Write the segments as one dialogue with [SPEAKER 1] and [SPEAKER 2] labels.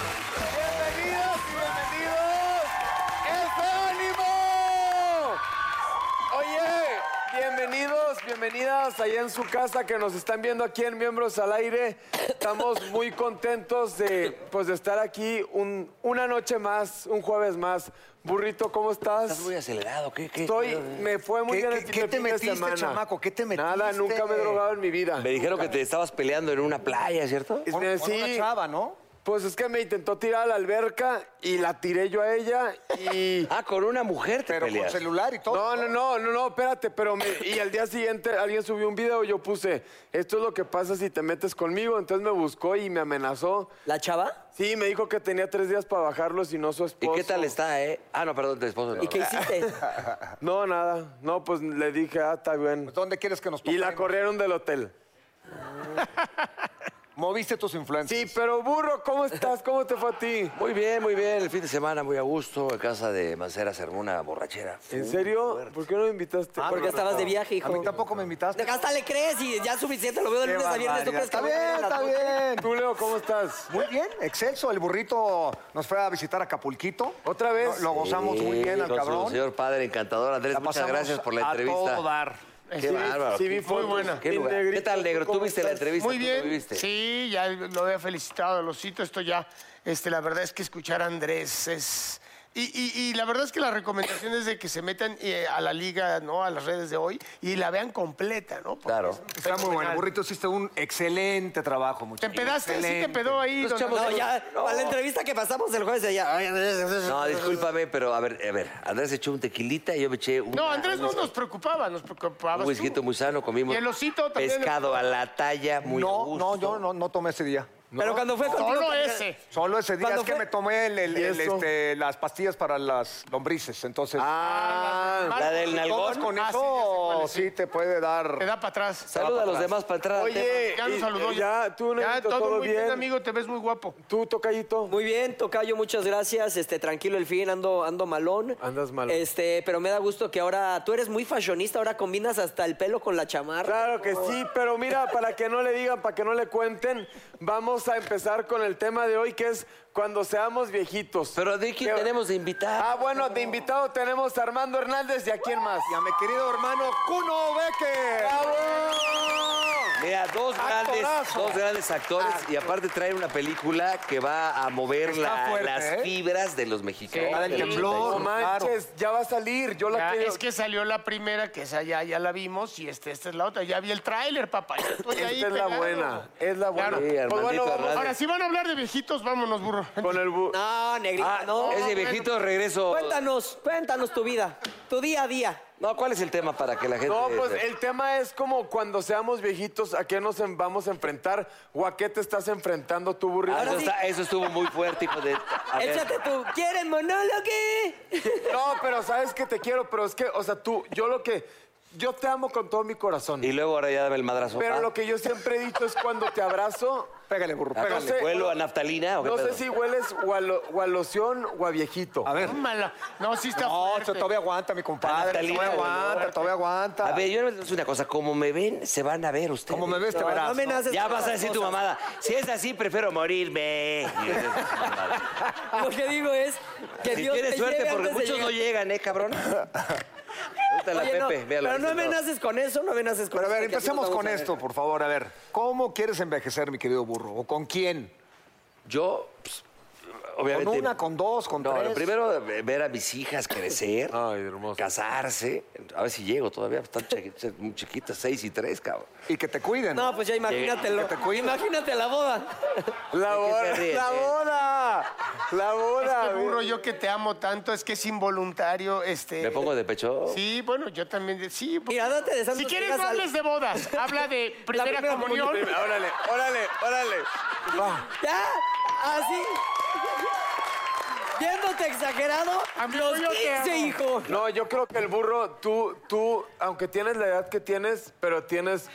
[SPEAKER 1] Bienvenidos y bienvenidos. ¡Efónimo! Oye, bienvenidos, bienvenidas allá en su casa que nos están viendo aquí en Miembros al Aire. Estamos muy contentos de, pues, de estar aquí un- una noche más, un jueves más. Burrito, ¿cómo estás?
[SPEAKER 2] Estás muy acelerado, ¿qué? qué
[SPEAKER 1] Estoy, me fue muy
[SPEAKER 2] ¿Qué-
[SPEAKER 1] bien el
[SPEAKER 2] qué-
[SPEAKER 1] fin
[SPEAKER 2] ¿Qué
[SPEAKER 1] de
[SPEAKER 2] te
[SPEAKER 1] fin de
[SPEAKER 2] metiste,
[SPEAKER 1] semana.
[SPEAKER 2] chamaco? ¿Qué te metiste?
[SPEAKER 1] Nada, nunca me he drogado en mi vida.
[SPEAKER 2] Me dijeron que te estabas peleando en una playa, ¿cierto?
[SPEAKER 1] Es- me- sí.
[SPEAKER 2] ¿no?
[SPEAKER 1] Pues es que me intentó tirar a la alberca y la tiré yo a ella y...
[SPEAKER 2] Ah, con una mujer te peleas.
[SPEAKER 3] celular y
[SPEAKER 1] No, no, no, no, no, espérate, pero me- y al día siguiente alguien subió un video y yo puse, esto es lo que pasa si te metes conmigo, entonces me buscó y me amenazó.
[SPEAKER 2] ¿La chava?
[SPEAKER 1] Sí, me dijo que tenía tres días para bajarlo si no su
[SPEAKER 2] ¿Y
[SPEAKER 1] esposo.
[SPEAKER 2] qué tal está, eh? Ah, no, perdón, tu esposo. no.
[SPEAKER 4] ¿Y qué hiciste?
[SPEAKER 1] No, nada, no, pues le dije, ah, está bien.
[SPEAKER 3] ¿Dónde quieres que nos
[SPEAKER 1] Y la corrieron del hotel.
[SPEAKER 3] Moviste tus influencias.
[SPEAKER 1] Sí, pero burro, ¿cómo estás? ¿Cómo te fue a ti?
[SPEAKER 2] Muy bien, muy bien. El fin de semana muy a gusto, en casa de Mancera Sermona, borrachera.
[SPEAKER 1] ¿En serio? ¿Por qué no me invitaste?
[SPEAKER 2] Ah,
[SPEAKER 4] Porque estabas de viaje, hijo.
[SPEAKER 3] A mí tampoco me invitaste.
[SPEAKER 4] Hasta le crees y ya es suficiente, lo veo de lunes a viernes, ¿tú crees que
[SPEAKER 3] Está
[SPEAKER 4] lo voy a ver
[SPEAKER 3] bien,
[SPEAKER 4] a las
[SPEAKER 3] está
[SPEAKER 4] doce?
[SPEAKER 3] bien.
[SPEAKER 1] Tú, Leo, ¿cómo estás?
[SPEAKER 3] Muy bien, excelso. El burrito nos fue a visitar a Acapulquito.
[SPEAKER 1] ¿Otra vez?
[SPEAKER 3] Lo, lo gozamos muy bien
[SPEAKER 2] Sí, con
[SPEAKER 3] al
[SPEAKER 2] su
[SPEAKER 3] cabrón.
[SPEAKER 2] señor padre encantador, Andrés,
[SPEAKER 3] La
[SPEAKER 2] muchas
[SPEAKER 3] pasamos
[SPEAKER 2] gracias por la
[SPEAKER 3] a
[SPEAKER 2] entrevista.
[SPEAKER 3] todo dar.
[SPEAKER 1] Sí,
[SPEAKER 2] Qué bárbaro.
[SPEAKER 1] sí, vi
[SPEAKER 2] Qué-
[SPEAKER 1] fotos.
[SPEAKER 2] Qué,
[SPEAKER 1] Y
[SPEAKER 2] lugar.
[SPEAKER 1] Negrito,
[SPEAKER 2] ¿Qué tal, negro?
[SPEAKER 1] ¿cómo
[SPEAKER 2] ¿Tú viste la
[SPEAKER 1] estás?
[SPEAKER 2] entrevista?
[SPEAKER 5] Muy
[SPEAKER 2] ¿Tú lo
[SPEAKER 5] bien.
[SPEAKER 2] viste?
[SPEAKER 5] Sí, ya lo había felicitado a Losito. Esto ya, este, la verdad es que escuchar a Andrés es. Y, y- y la verdad es que la recomendación es de que se metan eh, a la liga, ¿no? A las redes de hoy y la vean completa, ¿no? Porque
[SPEAKER 2] Claro.
[SPEAKER 5] es
[SPEAKER 3] Está muy bueno.
[SPEAKER 5] fenomenal.
[SPEAKER 3] El burrito hiciste un excelente trabajo,
[SPEAKER 5] Te
[SPEAKER 3] muchachos.
[SPEAKER 5] empedaste, sí te
[SPEAKER 3] Excelente.
[SPEAKER 5] pedó ahí.
[SPEAKER 2] Los
[SPEAKER 5] don
[SPEAKER 2] chavos-
[SPEAKER 5] Andrés.
[SPEAKER 4] No, ya, a la entrevista que pasamos el jueves de allá.
[SPEAKER 2] No, discúlpame, pero a ver, a ver, Andrés echó un tequilita y yo me eché un.
[SPEAKER 5] No, Andrés no nos preocupaba, nos preocupaba.
[SPEAKER 2] Un whisky muy sano, comimos
[SPEAKER 5] Y el osito también.
[SPEAKER 2] pescado a la talla, muy a
[SPEAKER 3] No,
[SPEAKER 2] gusto.
[SPEAKER 3] no, yo no, no tomé ese día.
[SPEAKER 4] Pero cuando fue contigo...
[SPEAKER 5] Solo
[SPEAKER 4] también-
[SPEAKER 5] ese.
[SPEAKER 3] Solo ese día
[SPEAKER 4] ¿Cuándo
[SPEAKER 3] es que
[SPEAKER 4] fue?
[SPEAKER 3] me tomé el- el-
[SPEAKER 1] ¿Y
[SPEAKER 3] el,
[SPEAKER 1] eso?
[SPEAKER 3] este, las pastillas para las lombrices. Entonces,
[SPEAKER 1] Ah,
[SPEAKER 2] La del
[SPEAKER 3] todas
[SPEAKER 2] nalgón.
[SPEAKER 3] con
[SPEAKER 5] Ah, sí,
[SPEAKER 3] eso
[SPEAKER 5] ya sé cuál es,
[SPEAKER 3] sí te puede
[SPEAKER 5] Te
[SPEAKER 3] dar.
[SPEAKER 5] da para atrás.
[SPEAKER 2] Saluda a los demás para entrar. al tema.
[SPEAKER 1] Oye,
[SPEAKER 5] Ya
[SPEAKER 1] y-
[SPEAKER 5] nos saludó.
[SPEAKER 1] Ya, tú,
[SPEAKER 5] Ya,
[SPEAKER 1] Negrito,
[SPEAKER 5] todo, muy bien?
[SPEAKER 1] bien,
[SPEAKER 5] amigo. Te ves muy guapo.
[SPEAKER 1] Tú, tocayito.
[SPEAKER 4] Muy bien, Tocayo, muchas gracias. Este, tranquilo el fin, ando, ando malón.
[SPEAKER 1] Andas malón.
[SPEAKER 4] Este, pero me da gusto que ahora tú eres muy fashionista, ahora combinas hasta el pelo con la chamarra.
[SPEAKER 1] Claro que sí, pero mira, para que no le digan, para que no le cuenten, vamos a empezar con el tema de hoy, que es cuando seamos viejitos.
[SPEAKER 2] Pero de quién
[SPEAKER 1] Que-
[SPEAKER 2] tenemos de invitar.
[SPEAKER 1] Ah, bueno, de invitado tenemos a Armando Hernández y a quién más.
[SPEAKER 3] Y a mi querido hermano Cuno Becker.
[SPEAKER 1] ¡Bravo!
[SPEAKER 2] Mira, dos grandes,
[SPEAKER 3] Actorazo.
[SPEAKER 2] dos grandes actores y aparte trae una película que va a mover
[SPEAKER 3] Está
[SPEAKER 2] la-
[SPEAKER 3] fuerte,
[SPEAKER 2] las
[SPEAKER 3] ¿eh?
[SPEAKER 2] fibras de los mexicanos.
[SPEAKER 5] Sí. La del
[SPEAKER 2] de los
[SPEAKER 3] temblor.
[SPEAKER 1] No
[SPEAKER 2] mexicanos.
[SPEAKER 1] manches, ya va a salir, yo la
[SPEAKER 5] Ya,
[SPEAKER 1] quiero.
[SPEAKER 5] Ah, es que salió la primera, que esa ya, ya la vimos, y este, esta es la otra. Ya vi el tráiler, papá. ya estoy
[SPEAKER 1] Esta
[SPEAKER 5] ahí
[SPEAKER 1] es la
[SPEAKER 5] pegado.
[SPEAKER 1] buena, es la buena.
[SPEAKER 5] Claro.
[SPEAKER 2] Sí,
[SPEAKER 1] Pues
[SPEAKER 2] Armandito
[SPEAKER 1] bueno, vamos
[SPEAKER 2] Hernández.
[SPEAKER 5] Ahora, si van a hablar de viejitos, vámonos, burro.
[SPEAKER 1] con el bu-
[SPEAKER 4] No, negrito,
[SPEAKER 2] Ah,
[SPEAKER 4] no.
[SPEAKER 2] ese viejito regreso.
[SPEAKER 4] Cuéntanos, cuéntanos tu vida, tu día a día.
[SPEAKER 2] No, ¿cuál es el tema para que la gente... Ah,
[SPEAKER 1] No, pues el tema es como cuando seamos viejitos, ¿a qué nos en- vamos a enfrentar? ¿O a qué te estás enfrentando tú, burrito?
[SPEAKER 2] Ah,
[SPEAKER 4] Ahora
[SPEAKER 2] eso,
[SPEAKER 4] sí.
[SPEAKER 2] está- eso estuvo muy fuerte, hijo de... A ver.
[SPEAKER 4] Échate tú. ¿Quieren monólogo?
[SPEAKER 1] No, pero sabes que te quiero, pero es que, o sea, tú, yo lo que yo te amo con todo mi corazón.
[SPEAKER 2] Y luego ahora ya dame el madrazo.
[SPEAKER 1] Pero
[SPEAKER 2] Ah,
[SPEAKER 1] lo que yo siempre he dicho es cuando te abrazo.
[SPEAKER 3] Pégale, burro,
[SPEAKER 2] ¿a
[SPEAKER 3] pégale.
[SPEAKER 1] no sé.
[SPEAKER 2] vuelo a naftalina o qué
[SPEAKER 1] No sé
[SPEAKER 2] pedo?
[SPEAKER 1] si hueles o a, lo- o a loción o a viejito.
[SPEAKER 3] A ver.
[SPEAKER 5] Tómala. No, sí está
[SPEAKER 3] No,
[SPEAKER 5] fuerte.
[SPEAKER 3] todavía aguanta, mi compadre.
[SPEAKER 2] Natalina,
[SPEAKER 3] Todavía aguanta, todavía aguanta.
[SPEAKER 2] A ver, yo les digo una cosa, como me ven, se van a ver ustedes.
[SPEAKER 3] Como me ves, te
[SPEAKER 4] No,
[SPEAKER 3] verás.
[SPEAKER 4] no amenaces
[SPEAKER 2] Ya
[SPEAKER 4] con
[SPEAKER 2] vas a
[SPEAKER 4] esas
[SPEAKER 2] decir tu
[SPEAKER 4] cosas.
[SPEAKER 2] mamada. Si es así, prefiero morirme.
[SPEAKER 4] Lo que digo es que
[SPEAKER 2] Si
[SPEAKER 4] Dios te
[SPEAKER 2] tienes suerte,
[SPEAKER 4] lleve
[SPEAKER 2] porque
[SPEAKER 4] antes de
[SPEAKER 2] muchos no
[SPEAKER 4] llegar.
[SPEAKER 2] llegan, ¿eh, cabrón? Pregúntale a
[SPEAKER 4] Oye, no,
[SPEAKER 2] Pepe, véalo.
[SPEAKER 4] pero no
[SPEAKER 2] ahí sentado.
[SPEAKER 4] amenaces con eso, no amenaces con eso,
[SPEAKER 3] Pero a ver,
[SPEAKER 4] que aquí nos
[SPEAKER 3] empecemos
[SPEAKER 4] vamos
[SPEAKER 3] con
[SPEAKER 4] a ver.
[SPEAKER 3] esto, por favor. A ver, ¿cómo quieres envejecer, mi querido burro? ¿O con quién?
[SPEAKER 2] Yo, pues, obviamente.
[SPEAKER 3] una, con dos, con
[SPEAKER 2] No,
[SPEAKER 3] tres?
[SPEAKER 2] lo primero, eh, ver a mis hijas crecer.
[SPEAKER 1] Ay, hermoso.
[SPEAKER 2] Casarse. A ver si llego todavía. Están chiqui- muy chiquitas, seis y tres, cabrón.
[SPEAKER 3] Y que te cuiden.
[SPEAKER 4] No, pues ya imagínatelo. Imagínate la boda.
[SPEAKER 1] La
[SPEAKER 2] ¿De qué se
[SPEAKER 1] boda,
[SPEAKER 2] ríen,
[SPEAKER 1] la
[SPEAKER 2] eh?
[SPEAKER 1] boda, la boda.
[SPEAKER 5] Este burro, yo que te amo tanto, es que es involuntario, este...
[SPEAKER 2] ¿Me pongo de pecho?
[SPEAKER 5] Sí, bueno, yo también, de- sí. porque-
[SPEAKER 4] Mira, date de santos
[SPEAKER 5] Si
[SPEAKER 4] que
[SPEAKER 5] quieres,
[SPEAKER 4] llegas
[SPEAKER 5] no
[SPEAKER 4] al-
[SPEAKER 5] hables de bodas. Habla de primera,
[SPEAKER 4] primera
[SPEAKER 5] comunión.
[SPEAKER 1] Órale, órale, órale. Va.
[SPEAKER 4] Ya, así. Viéndote exagerado,
[SPEAKER 5] Amigo,
[SPEAKER 4] los
[SPEAKER 5] yo te
[SPEAKER 4] 15,
[SPEAKER 5] amo.
[SPEAKER 4] hijo.
[SPEAKER 1] No, yo creo que el burro, tú, tú, aunque tienes la edad que tienes, pero tienes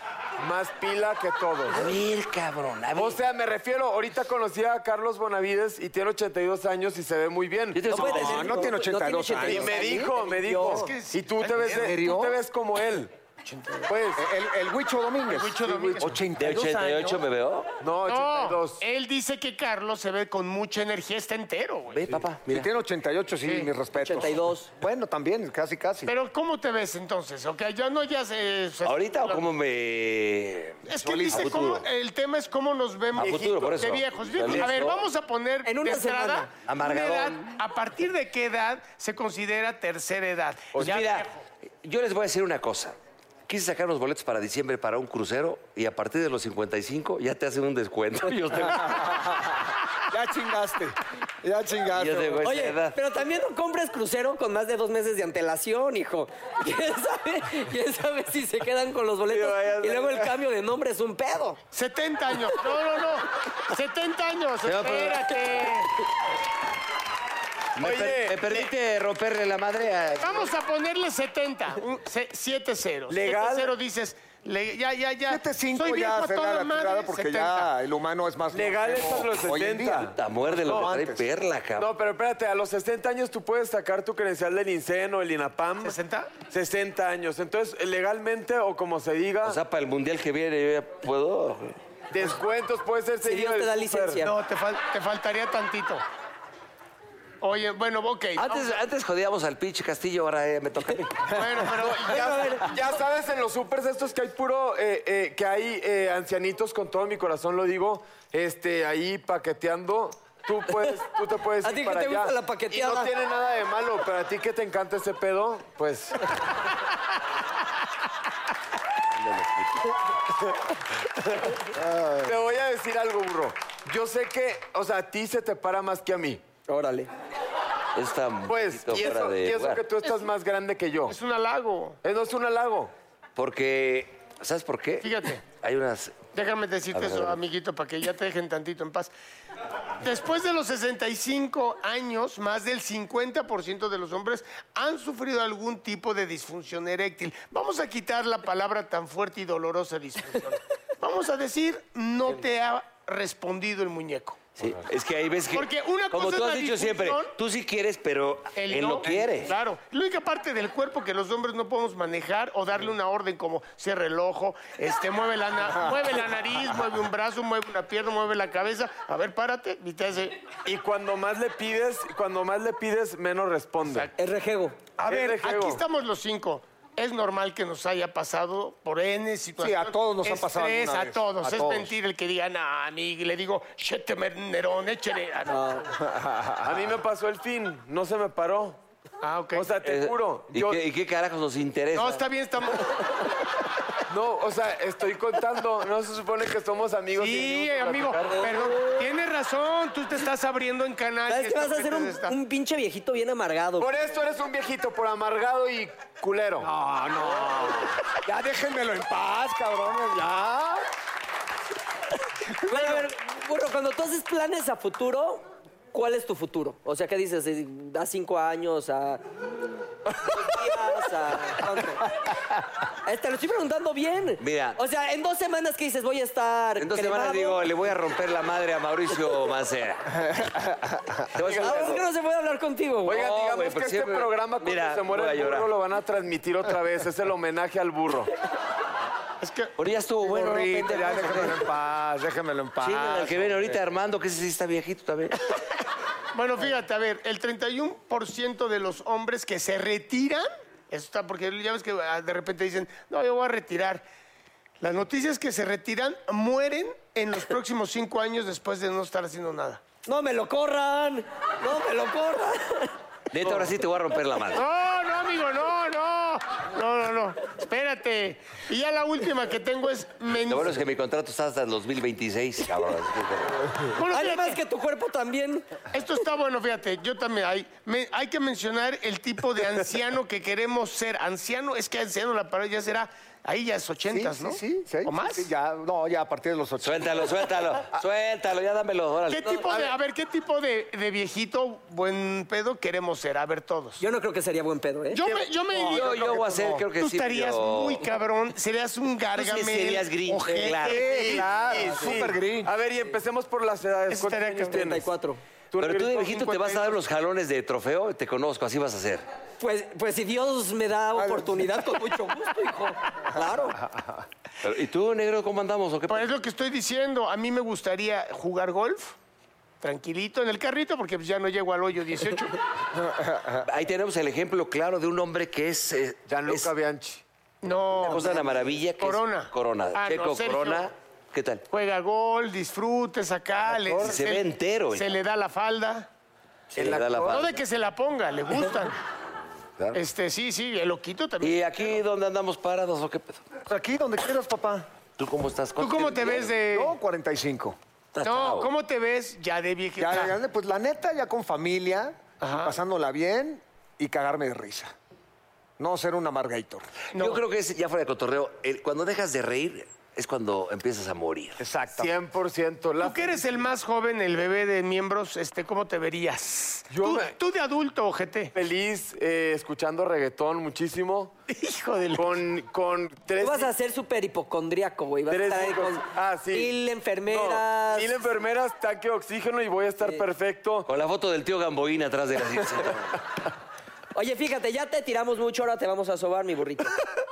[SPEAKER 1] más pila que todos.
[SPEAKER 2] A ver, cabrón. A ver.
[SPEAKER 1] O sea, me refiero, ahorita conocí a Carlos Bonavides y tiene 82 años y se ve muy bien.
[SPEAKER 2] Yo te-
[SPEAKER 4] puede
[SPEAKER 2] No,
[SPEAKER 4] ser,
[SPEAKER 3] no tiene 82 años.
[SPEAKER 1] Y me dijo, me dijo.
[SPEAKER 5] Es que sí.
[SPEAKER 1] Y tú te ves,
[SPEAKER 3] ¿En serio?
[SPEAKER 1] tú te ves como él. Pues,
[SPEAKER 3] El, el Huicho Domínguez.
[SPEAKER 5] Huicho Domínguez.
[SPEAKER 3] 82
[SPEAKER 2] ¿De 88
[SPEAKER 3] años.
[SPEAKER 2] me veo?
[SPEAKER 1] no,
[SPEAKER 5] No,
[SPEAKER 1] 82.
[SPEAKER 5] él dice que Carlos se ve con mucha energía, está entero, güey.
[SPEAKER 2] Ve, papá,
[SPEAKER 3] Si
[SPEAKER 2] mira.
[SPEAKER 3] tiene 88, sí, mis respetos.
[SPEAKER 4] 82.
[SPEAKER 3] Bueno, también, casi, casi.
[SPEAKER 5] Pero ¿cómo te ves entonces? ¿Ok? Ya no, ya se... se-
[SPEAKER 2] ¿Ahorita o cómo me...?
[SPEAKER 5] Es que
[SPEAKER 2] A
[SPEAKER 5] dice
[SPEAKER 2] futuro.
[SPEAKER 5] cómo, eh, el tema es cómo nos vemos
[SPEAKER 2] A futuro, por
[SPEAKER 5] de
[SPEAKER 2] eso.
[SPEAKER 5] viejos.
[SPEAKER 2] Ya
[SPEAKER 5] a ver,
[SPEAKER 2] listo.
[SPEAKER 5] vamos a poner
[SPEAKER 4] En una
[SPEAKER 5] de entrada
[SPEAKER 4] semana.
[SPEAKER 5] una
[SPEAKER 2] Amargadón.
[SPEAKER 5] edad, a partir de qué edad se considera tercera edad.
[SPEAKER 2] Pues
[SPEAKER 5] Ya
[SPEAKER 2] mira,
[SPEAKER 5] viejo.
[SPEAKER 2] yo les voy a decir una cosa. Quise sacar unos boletos para diciembre para un crucero y a partir de los 55 ya te hacen un descuento. Yo te-
[SPEAKER 3] Ya chingaste. Ya chingaste.
[SPEAKER 2] Yo te
[SPEAKER 1] pues,
[SPEAKER 2] voy.
[SPEAKER 3] güey.
[SPEAKER 4] Oye,
[SPEAKER 2] ¿verdad?
[SPEAKER 4] pero también no compres crucero con más de dos meses de antelación, hijo. ¿Quién sabe, quién sabe si se quedan con los boletos? Y luego el cambio de nombre es un pedo.
[SPEAKER 5] 70 años. No, no, no. 70 años.
[SPEAKER 2] va a poner-
[SPEAKER 5] Espérate.
[SPEAKER 2] ¿Me, per- me permite romperle la madre a...
[SPEAKER 5] Vamos a ponerle 70. 7 ceros.
[SPEAKER 1] Legal.
[SPEAKER 5] 7 0 dices. le- ya, ya, ya.
[SPEAKER 3] 7-5
[SPEAKER 5] Soy viejo
[SPEAKER 3] este ya
[SPEAKER 5] a
[SPEAKER 3] se da
[SPEAKER 5] toda
[SPEAKER 3] la
[SPEAKER 5] madre.
[SPEAKER 3] tirada porque
[SPEAKER 5] 70.
[SPEAKER 3] ya el humano es más...
[SPEAKER 1] Legal es a los
[SPEAKER 3] hoy en día.
[SPEAKER 1] 70.
[SPEAKER 2] La muerde lo
[SPEAKER 3] No,
[SPEAKER 2] que trae
[SPEAKER 3] antes.
[SPEAKER 2] perla, cabrón.
[SPEAKER 1] No, pero espérate, a los 60 años tú puedes sacar tu credencial del INSEN o el INAPAM.
[SPEAKER 5] ¿60?
[SPEAKER 1] 60 años. Entonces, legalmente o como se diga,
[SPEAKER 2] O sea, para el mundial que viene yo ya puedo...
[SPEAKER 1] descuentos puede ser
[SPEAKER 4] Si
[SPEAKER 1] seguido
[SPEAKER 4] Dios te da
[SPEAKER 1] del súper.
[SPEAKER 4] licencia.
[SPEAKER 5] No, te, fal- te faltaría tantito. Oye, bueno, ok.
[SPEAKER 2] Antes, antes jodíamos al pinche Castillo, ahora eh, me toca a mí.
[SPEAKER 5] Bueno, pero ya-
[SPEAKER 1] Ya, ya sabes, en los supers estos que hay puro, eh, eh, que hay eh, ancianitos, con todo mi corazón lo digo, este, ahí paqueteando. Tú, puedes, tú te puedes
[SPEAKER 4] ¿A
[SPEAKER 1] ir
[SPEAKER 4] ti qué
[SPEAKER 1] para
[SPEAKER 4] te
[SPEAKER 1] allá.
[SPEAKER 4] gusta la paqueteada?
[SPEAKER 1] Y no tiene nada de malo, pero a ti que te encanta ese pedo, pues... te voy a decir algo, burro. Yo sé que, o sea, a ti se te para más que a mí.
[SPEAKER 4] Órale.
[SPEAKER 2] Está un
[SPEAKER 1] Pues,
[SPEAKER 2] poquito
[SPEAKER 1] y
[SPEAKER 2] fuera
[SPEAKER 1] eso,
[SPEAKER 2] de
[SPEAKER 1] y eso
[SPEAKER 2] lugar.
[SPEAKER 1] que tú estás más grande que yo.
[SPEAKER 5] es un halago.
[SPEAKER 1] Eh, No es un halago.
[SPEAKER 2] Porque, ¿sabes por qué?
[SPEAKER 5] Fíjate.
[SPEAKER 2] Hay unas...
[SPEAKER 5] Déjame
[SPEAKER 2] A
[SPEAKER 5] decirte
[SPEAKER 2] ver, a
[SPEAKER 5] eso,
[SPEAKER 2] ver.
[SPEAKER 5] amiguito, para que ya te dejen tantito en paz. Después de los 65 años, más del 50% de los hombres han sufrido algún tipo de disfunción eréctil. Vamos a quitar la palabra tan fuerte y dolorosa disfunción. Vamos a decir, no te ha respondido el muñeco.
[SPEAKER 2] Sí, es que hay veces que...
[SPEAKER 5] Porque una
[SPEAKER 2] como
[SPEAKER 5] cosa
[SPEAKER 2] tú
[SPEAKER 5] es
[SPEAKER 2] has
[SPEAKER 5] la
[SPEAKER 2] dicho siempre,
[SPEAKER 5] disfunción,
[SPEAKER 2] tú sí quieres, pero
[SPEAKER 5] El
[SPEAKER 2] él no, quiere.
[SPEAKER 5] Claro. La única parte del cuerpo que los hombres no podemos manejar o darle una orden como cierre el ojo, este, mueve, la na- mueve la nariz, mueve un brazo, mueve una pierna, mueve la cabeza. A ver, párate y te hace...
[SPEAKER 1] Y cuando más le pides, cuando más le pides, menos responde.
[SPEAKER 5] Exacto.
[SPEAKER 4] Es rejego.
[SPEAKER 5] A ver,
[SPEAKER 1] Es rejego.
[SPEAKER 5] aquí estamos los cinco. Es normal que nos haya pasado por N situaciones.
[SPEAKER 3] Sí, a todos nos ha pasado
[SPEAKER 5] Estrés,
[SPEAKER 3] alguna
[SPEAKER 5] a
[SPEAKER 3] vez.
[SPEAKER 5] todos.
[SPEAKER 3] A
[SPEAKER 5] es
[SPEAKER 3] todos.
[SPEAKER 5] mentira el que diga, no, a mí le digo, chete, Nerón, échale. Ah, no.
[SPEAKER 1] A mí me pasó el fin, no se me paró.
[SPEAKER 5] Ah, ok.
[SPEAKER 1] O sea, te
[SPEAKER 2] Eh,
[SPEAKER 1] juro,
[SPEAKER 2] ¿Y,
[SPEAKER 1] yo
[SPEAKER 2] qué, y qué carajos nos interesa?
[SPEAKER 5] no, está bien, estamos...
[SPEAKER 1] no, o sea, estoy contando, no se supone que somos amigos. y
[SPEAKER 5] Sí,
[SPEAKER 4] eh.
[SPEAKER 1] venimos a
[SPEAKER 5] amigo,
[SPEAKER 1] platicar.
[SPEAKER 5] perdón. Tienes razón, tú te estás abriendo en canal.
[SPEAKER 4] ¿Sabes
[SPEAKER 5] y
[SPEAKER 4] que
[SPEAKER 5] esta
[SPEAKER 4] vas a hacer
[SPEAKER 5] gente
[SPEAKER 4] un,
[SPEAKER 5] se está-
[SPEAKER 4] un pinche viejito bien amargado?
[SPEAKER 1] Por esto eres un viejito por amargado y culero.
[SPEAKER 3] Ya déjenmelo en paz, cabrones, ya.
[SPEAKER 4] Bueno, a ver, bueno, cuando tú haces planes a futuro, ¿cuál es tu futuro? O sea, ¿qué dices? Eh, ¿A cinco años? ¿A...? pasa? tonto? Eh, Te lo estoy preguntando bien.
[SPEAKER 2] Mira.
[SPEAKER 4] O sea, en dos semanas que dices voy a estar.
[SPEAKER 2] En dos
[SPEAKER 4] cremado?
[SPEAKER 2] semanas digo, le voy a romper la madre a Mauricio Mancera. Te voy a decir
[SPEAKER 4] Ah, es
[SPEAKER 2] algo.
[SPEAKER 4] que no se puede hablar contigo. güey.
[SPEAKER 1] Oiga,
[SPEAKER 2] No,
[SPEAKER 1] digamos
[SPEAKER 2] güey,
[SPEAKER 1] que
[SPEAKER 2] pues
[SPEAKER 1] este
[SPEAKER 2] siempre-
[SPEAKER 1] programa cuando
[SPEAKER 2] Mira,
[SPEAKER 1] se
[SPEAKER 2] voy
[SPEAKER 1] muera
[SPEAKER 2] a
[SPEAKER 1] el burro
[SPEAKER 2] llorar.
[SPEAKER 1] lo van a transmitir otra vez. Es el homenaje al burro.
[SPEAKER 5] Es que
[SPEAKER 2] Ahorita ya estuvo bueno. ¿no,
[SPEAKER 3] Gorrito,
[SPEAKER 2] pendejo?
[SPEAKER 3] ya déjamelo en paz, déjamelo en paz.
[SPEAKER 2] Chingan al que viene ahorita Armando, que ese sí está viejito también.
[SPEAKER 5] Bueno, fíjate, a ver, el 31% de los hombres que se retiran, eso está porque ya ves que ah, de repente dicen, no, yo voy a retirar. Las noticias que se retiran mueren en los próximos cinco años después de no estar haciendo nada.
[SPEAKER 4] No me lo corran. No me lo corran.
[SPEAKER 2] Neta, ahora sí te voy a romper la madre.
[SPEAKER 5] No, no, amigo, no, no. No, no, no. Espérate. Y ya la última que tengo es men-
[SPEAKER 2] Lo bueno es que mi contrato está hasta el 2026, cabrón. Así que-
[SPEAKER 5] Bueno, fíjate,
[SPEAKER 4] Además que tu cuerpo también.
[SPEAKER 5] Esto está bueno, fíjate. Yo también. Hay, me- hay que mencionar el tipo de anciano que queremos ser. Anciano, es que anciano la palabra ya será. Ahí ya es
[SPEAKER 3] Sí,
[SPEAKER 5] 80, ¿no?
[SPEAKER 3] sí, sí, sí.
[SPEAKER 5] ¿O más?
[SPEAKER 3] Sí, ya, no, ya a partir de los 80.
[SPEAKER 2] Suéltalo, suéltalo, suéltalo, ya dámelo, órale.
[SPEAKER 5] ¿Qué tipo de, a ver, qué tipo de, de viejito buen pedo queremos ser? A ver, todos. Yo,
[SPEAKER 4] Yo no creo que sería buen pedo, ¿eh?
[SPEAKER 5] me, yo me
[SPEAKER 2] Yo, yo voy a hacer, creo que
[SPEAKER 5] Tú
[SPEAKER 2] sí.
[SPEAKER 5] estarías
[SPEAKER 2] yo-
[SPEAKER 5] muy cabrón, serías un gargamel.
[SPEAKER 2] serías Grinch, eh,
[SPEAKER 5] ojete.
[SPEAKER 2] claro.
[SPEAKER 3] Sí, claro, súper grinch.
[SPEAKER 1] A ver, y empecemos por las edades.
[SPEAKER 5] Eso
[SPEAKER 1] ¿Cuántos
[SPEAKER 5] estaría
[SPEAKER 1] años
[SPEAKER 5] cabrón.
[SPEAKER 1] tienes?
[SPEAKER 4] 34.
[SPEAKER 2] Pero tú de viejito te vas a dar
[SPEAKER 1] 52.
[SPEAKER 2] los jalones de trofeo, te conozco, así vas a hacer.
[SPEAKER 4] Pues, pues si Dios me da oportunidad, con mucho gusto, hijo. Claro.
[SPEAKER 2] Pero, ¿Y tú, negro, cómo andamos o qué?
[SPEAKER 5] Pues es lo que estoy diciendo. A mí me gustaría jugar golf, tranquilito, en el carrito, porque pues ya no llego al hoyo 18.
[SPEAKER 2] Ahí tenemos el ejemplo claro de un hombre que es... eh, es
[SPEAKER 3] Gianluca Bianchi.
[SPEAKER 5] No.
[SPEAKER 2] Una cosa de la maravilla que es
[SPEAKER 5] Corona.
[SPEAKER 2] Corona.
[SPEAKER 5] Ah, no,
[SPEAKER 2] Checo
[SPEAKER 5] Sergio.
[SPEAKER 2] Corona. ¿Qué tal?
[SPEAKER 5] Juega gol, disfrutes acá. le-
[SPEAKER 2] Se ve entero,
[SPEAKER 5] Se
[SPEAKER 2] hijo.
[SPEAKER 5] le da la falda.
[SPEAKER 2] Se le da la
[SPEAKER 5] No
[SPEAKER 2] falda.
[SPEAKER 5] de que se la ponga, le gustan. Este, sí, sí, el loquito también.
[SPEAKER 2] ¿Y aquí dónde andamos parados o qué pedo?
[SPEAKER 3] pues, Aquí donde quieras, papá.
[SPEAKER 2] ¿Tú cómo estás?
[SPEAKER 5] ¿Tú cómo te ves de.?
[SPEAKER 3] Yo, 45.
[SPEAKER 2] Estás
[SPEAKER 5] No,
[SPEAKER 2] chavo.
[SPEAKER 5] ¿cómo te ves ya de viejito?
[SPEAKER 3] Ya, ya, ya, pues la neta, ya con familia,
[SPEAKER 5] Ajá.
[SPEAKER 3] pasándola bien y cagarme de risa. No ser un amargator.
[SPEAKER 2] Yo creo que es, ya fuera de cotorreo, el- cuando dejas de reír es cuando empiezas a morir.
[SPEAKER 3] Exacto.
[SPEAKER 1] 100%. La...
[SPEAKER 5] Tú que eres el más joven, el bebé de miembros, este, ¿cómo te verías?
[SPEAKER 1] Yo
[SPEAKER 5] tú,
[SPEAKER 1] me-
[SPEAKER 5] tú de adulto, ojete.
[SPEAKER 1] Feliz eh, escuchando reggaetón muchísimo.
[SPEAKER 5] Hijo del...
[SPEAKER 1] Con, con tres.
[SPEAKER 4] Tú vas a ser súper hipocondríaco, güey. Vas a
[SPEAKER 1] tres
[SPEAKER 4] estar ahí
[SPEAKER 1] hijos.
[SPEAKER 4] con
[SPEAKER 1] Ah, sí.
[SPEAKER 4] mil
[SPEAKER 1] No,
[SPEAKER 4] enfermeras.
[SPEAKER 1] mil em- enfermeras, tanque de oxígeno y voy a estar perfecto.
[SPEAKER 2] Con la foto del tío Gamboín atrás de la cinta.
[SPEAKER 4] Oye, fíjate, ya te tiramos mucho, ahora te vamos a sobar, mi burrito.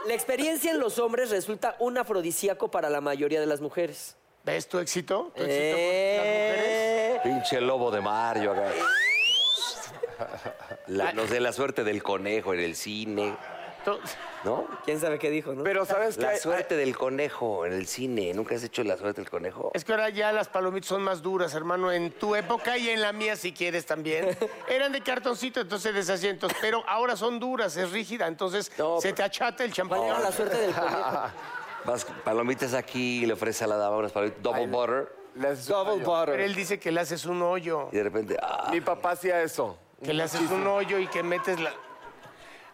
[SPEAKER 4] La experiencia en los hombres resulta un afrodisíaco para la mayoría de las mujeres.
[SPEAKER 5] ¿Ves tu éxito? ¿Tu éxito con
[SPEAKER 4] Eh,
[SPEAKER 2] Pinche lobo de Mario acá. La- los de la suerte del conejo en el cine,
[SPEAKER 5] las mujeres? Tú-
[SPEAKER 2] ¿no?
[SPEAKER 4] ¿Quién sabe qué dijo, no?
[SPEAKER 1] Pero sabes que
[SPEAKER 2] La suerte del conejo en el cine. ¿Nunca has hecho la suerte del conejo?
[SPEAKER 5] Es que ahora ya las palomitas son más duras, hermano, en tu época y en la mía, si quieres también. Eran de cartoncito, entonces desasientos, pero ahora son duras, es rígida, entonces
[SPEAKER 2] No,
[SPEAKER 5] se
[SPEAKER 2] pero-
[SPEAKER 5] te achata el champán.
[SPEAKER 4] ¿Cuál era la suerte del conejo?
[SPEAKER 2] Vas palomitas aquí, le ofreces a la dama unas palomitas, double butter,
[SPEAKER 1] les-
[SPEAKER 5] Pero él dice que le haces un hoyo,
[SPEAKER 2] y de repente, ah,
[SPEAKER 1] mi papá hacía eso.
[SPEAKER 5] que le haces un hoyo y que metes la...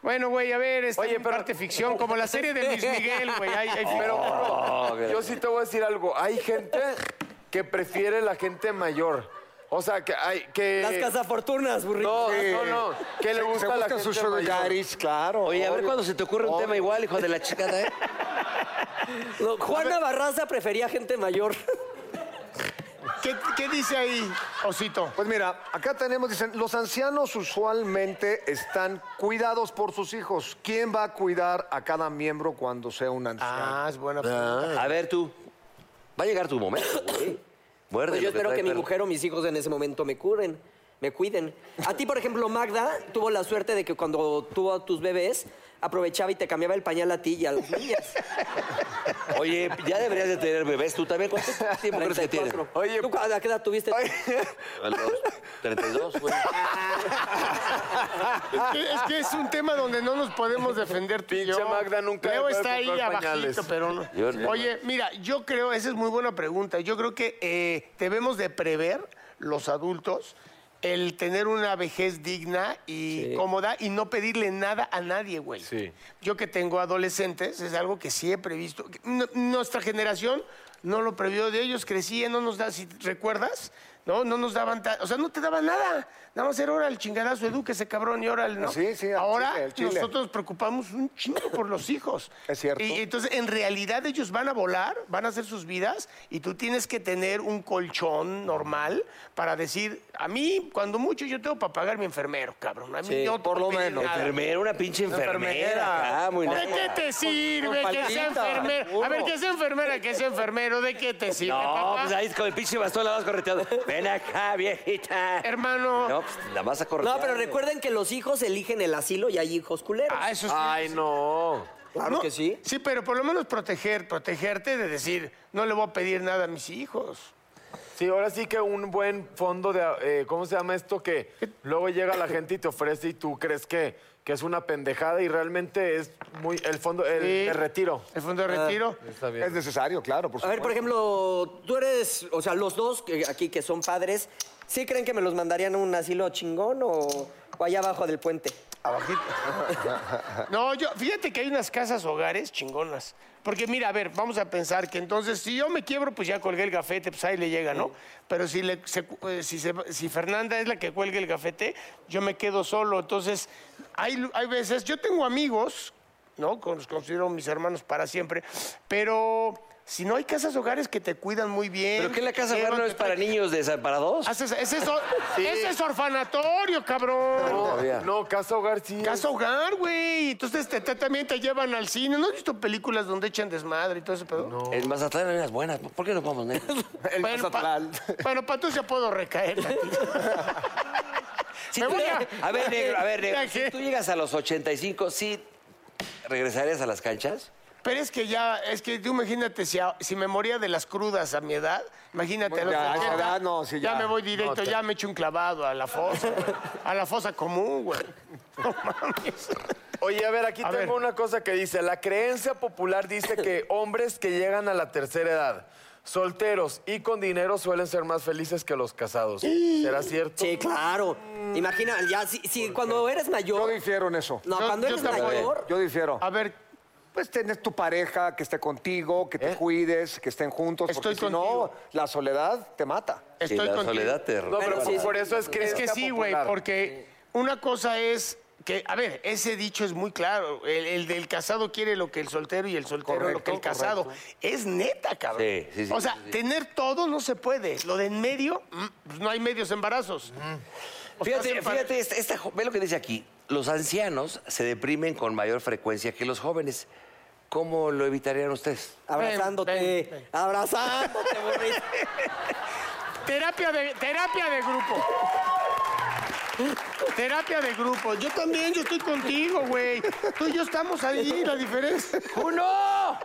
[SPEAKER 5] Bueno, güey, a ver, esta
[SPEAKER 1] Oye,
[SPEAKER 5] Oye,
[SPEAKER 1] pero- Oh.
[SPEAKER 5] parte ficción, como la serie de Luis Miguel, güey. Hay, hay
[SPEAKER 1] Pero
[SPEAKER 5] ficción.
[SPEAKER 1] bueno,
[SPEAKER 2] qué
[SPEAKER 1] yo sí te voy a decir algo. Hay gente que prefiere la gente mayor. O sea, que hay que.
[SPEAKER 4] Las cazafortunas, burrito.
[SPEAKER 1] No, no, no. Que le
[SPEAKER 3] Se-
[SPEAKER 1] gusta
[SPEAKER 3] se
[SPEAKER 1] a la
[SPEAKER 3] buscan
[SPEAKER 1] gente
[SPEAKER 3] sus sugar
[SPEAKER 1] mayor.
[SPEAKER 3] daddies, claro.
[SPEAKER 2] oye, a ver
[SPEAKER 3] obvio.
[SPEAKER 2] cuándo se te ocurre un tema igual, hijo de la chica, ¿eh?
[SPEAKER 4] No, Juana Barraza prefería gente mayor.
[SPEAKER 5] ¿Qué, qué dice ahí, Osito?
[SPEAKER 3] Pues mira, acá tenemos, dicen, los ancianos usualmente están cuidados por sus hijos. ¿Quién va a cuidar a cada miembro cuando sea un anciano?
[SPEAKER 5] Ah, es buena pregunta.
[SPEAKER 2] A ver tú, va a llegar tu momento, güey. Muerde
[SPEAKER 4] Pues
[SPEAKER 2] lo
[SPEAKER 4] yo espero
[SPEAKER 2] trae
[SPEAKER 4] que mi
[SPEAKER 2] perro.
[SPEAKER 4] mujer o mis hijos en ese momento me curen, me cuiden. A ti, por ejemplo, Magda tuvo la suerte de que cuando tuvo a tus bebés, aprovechaba y te cambiaba el pañal a ti y a las niñas.
[SPEAKER 2] Oye, ya deberías de tener bebés tú también. ¿Cuánto tiempo crees que tienes?
[SPEAKER 4] 34.
[SPEAKER 1] Oye,
[SPEAKER 4] ¿Tú a qué edad tuviste?
[SPEAKER 2] A los 32, güey.
[SPEAKER 5] que- es que es un tema donde no nos podemos defender tú y
[SPEAKER 1] Pinche
[SPEAKER 5] yo.
[SPEAKER 1] Magda nunca dejó
[SPEAKER 5] Leo
[SPEAKER 1] de
[SPEAKER 5] está ahí
[SPEAKER 1] comprar
[SPEAKER 5] abajito,
[SPEAKER 1] pañales.
[SPEAKER 5] pero no.
[SPEAKER 2] Yo no.
[SPEAKER 5] Oye, mira, yo creo, esa es muy buena pregunta. Yo creo que eh, debemos de prever los adultos el tener una vejez digna y cómoda y no pedirle nada a nadie, güey. Yo que tengo adolescentes, es algo que sí he previsto. N- nuestra generación no lo previó de ellos, crecía, no nos da, si recuerdas, No, no nos daban, ta- o sea, no te daban nada. Nada más era ahora el chingadazo, edúquese, cabrón, y ahora el no.
[SPEAKER 3] Sí, sí, al
[SPEAKER 5] ahora
[SPEAKER 3] chile, al chile.
[SPEAKER 5] nosotros nos preocupamos un chingo por los hijos.
[SPEAKER 3] Es cierto.
[SPEAKER 5] Y entonces, en realidad, ellos van a volar, van a hacer sus vidas, y tú tienes que tener un colchón normal para decir, a mí, cuando mucho, yo tengo para pagar mi enfermero, cabrón. A mí
[SPEAKER 4] Sí,
[SPEAKER 5] no te
[SPEAKER 4] por lo
[SPEAKER 5] piden
[SPEAKER 4] menos.
[SPEAKER 5] nada.
[SPEAKER 2] Enfermera, una pinche enfermera.
[SPEAKER 1] Enfermera.
[SPEAKER 2] acá, muy
[SPEAKER 5] ¿De
[SPEAKER 2] naca.
[SPEAKER 5] qué te sirve que sea enfermera? A ver, que sea enfermera, que sea enfermero, ¿de qué te sirve,
[SPEAKER 2] No,
[SPEAKER 5] papá?
[SPEAKER 2] pues ahí con el pinche bastón la vas correteando. Ven acá, viejita.
[SPEAKER 5] Hermano.
[SPEAKER 2] No, pues la vas a corretear.
[SPEAKER 4] No, pero recuerden que los hijos eligen el asilo y hay hijos culeros.
[SPEAKER 5] Ah, eso sí.
[SPEAKER 1] Ay, no.
[SPEAKER 4] claro
[SPEAKER 5] No,
[SPEAKER 4] que sí.
[SPEAKER 5] Sí, pero por lo menos proteger, protegerte de decir, no le voy a pedir nada a mis hijos.
[SPEAKER 1] Sí, ahora sí que un buen fondo de... eh, ¿Cómo se llama esto? Que luego llega la gente y te ofrece y tú crees que, que es una pendejada y realmente es muy... El fondo, el,
[SPEAKER 5] Sí.
[SPEAKER 1] el retiro.
[SPEAKER 5] El fondo de retiro.
[SPEAKER 1] Está bien.
[SPEAKER 3] Es necesario, claro, por
[SPEAKER 4] A ver,
[SPEAKER 3] supuesto.
[SPEAKER 4] por ejemplo, tú eres, o sea, los dos que- aquí que son padres, ¿sí creen que me los mandarían a un asilo chingón o, o allá abajo del puente?
[SPEAKER 5] No, yo, fíjate que hay unas casas hogares chingonas. Porque mira, a ver, vamos a pensar que entonces, si yo me quiebro, pues ya colgué el gafete, pues ahí le llega, ¿no? Pero si, le- se- eh, si, se- si Fernanda es la que cuelga el gafete, yo me quedo solo. Entonces, hay, lu- hay veces, yo tengo amigos, ¿no? Con- Los considero mis hermanos para siempre, pero si no hay casas hogares que te cuidan muy bien.
[SPEAKER 2] ¿Pero qué la casa
[SPEAKER 5] te
[SPEAKER 2] hogar no
[SPEAKER 5] llevan,
[SPEAKER 2] es
[SPEAKER 5] te
[SPEAKER 2] para
[SPEAKER 5] traen-
[SPEAKER 2] niños de para dos?
[SPEAKER 5] Haces- ese, es, or- ese es orfanatorio, cabrón.
[SPEAKER 1] No, no, casa hogar sí.
[SPEAKER 5] Casa hogar, güey. Entonces te- te- también te llevan al cine. ¿No has visto películas donde echan desmadre y todo ese pedo? No.
[SPEAKER 2] En Mazatlán hay unas buenas. ¿Por qué no vamos, negro?
[SPEAKER 3] El
[SPEAKER 5] Bueno, para
[SPEAKER 3] Mazatlán.
[SPEAKER 5] bueno, pa' tú ya puedo recaer.
[SPEAKER 2] Si
[SPEAKER 5] Me
[SPEAKER 2] tú
[SPEAKER 5] voy
[SPEAKER 2] llega-
[SPEAKER 5] a-
[SPEAKER 2] a ver, negro, a ver, negro.
[SPEAKER 5] ¿Ya qué?
[SPEAKER 2] Si tú llegas a los 85, ¿sí regresarías a las canchas?
[SPEAKER 5] Pero es que ya, es que tú imagínate, si, a- si me moría de las crudas a mi edad, imagínate a los
[SPEAKER 3] Ya, a esa
[SPEAKER 5] 80,
[SPEAKER 3] edad no, sí, ya.
[SPEAKER 5] me voy directo, ya me echo un clavado a la fosa, a la fosa común, güey. No mames.
[SPEAKER 1] Oye, a ver, aquí
[SPEAKER 5] A
[SPEAKER 1] tengo
[SPEAKER 5] ver.
[SPEAKER 1] una cosa que dice, la creencia popular dice que hombres que llegan a la tercera edad, solteros y con dinero suelen ser más felices que los casados. ¿Será cierto?
[SPEAKER 4] Sí, claro. Imagina, ya, si, si cuando eres
[SPEAKER 3] Yo
[SPEAKER 4] mayor.
[SPEAKER 3] difiero en eso.
[SPEAKER 4] No,
[SPEAKER 5] Yo-
[SPEAKER 4] cuando
[SPEAKER 5] yo
[SPEAKER 4] eres
[SPEAKER 5] también.
[SPEAKER 4] mayor.
[SPEAKER 3] Yo difiero.
[SPEAKER 1] Ah.
[SPEAKER 5] A ver,
[SPEAKER 3] Pues tener tu pareja, que esté contigo, que
[SPEAKER 1] ¿Eh?
[SPEAKER 3] te cuides, que estén juntos,
[SPEAKER 5] Estoy
[SPEAKER 3] porque si
[SPEAKER 5] contigo.
[SPEAKER 3] no, la soledad te mata.
[SPEAKER 2] Si
[SPEAKER 5] estoy
[SPEAKER 2] la
[SPEAKER 5] contigo.
[SPEAKER 2] soledad te
[SPEAKER 1] No, pero
[SPEAKER 4] Bueno, sí,
[SPEAKER 1] por eso es
[SPEAKER 5] Es
[SPEAKER 1] creencia
[SPEAKER 5] que sí, güey,
[SPEAKER 1] popular.
[SPEAKER 5] porque una cosa es que, a ver, ese dicho es muy claro. El, el del casado quiere lo que el soltero y el soltero lo que el casado. Es neta, cabrón.
[SPEAKER 2] Sí, sí, sí,
[SPEAKER 5] o sea,
[SPEAKER 2] sí, sí.
[SPEAKER 5] tener todo no se puede. Lo de en medio, mm, pues no hay medios embarazos.
[SPEAKER 2] Mm.
[SPEAKER 5] O sea,
[SPEAKER 2] Fíjate,
[SPEAKER 5] se pa-
[SPEAKER 2] fíjate, esta- esta jo- ve lo que dice aquí. Los ancianos se deprimen con mayor frecuencia que los jóvenes. ¿Cómo lo evitarían ustedes?
[SPEAKER 4] Abrazándote,
[SPEAKER 5] Ven, ven, ven.
[SPEAKER 4] abrazándote, burrito.
[SPEAKER 5] Terapia de, terapia de grupo. Terapia de grupo. Yo también, yo estoy contigo, güey. Tú y yo estamos ahí, la diferencia.
[SPEAKER 6] ¡Oh,
[SPEAKER 2] ¡Uno!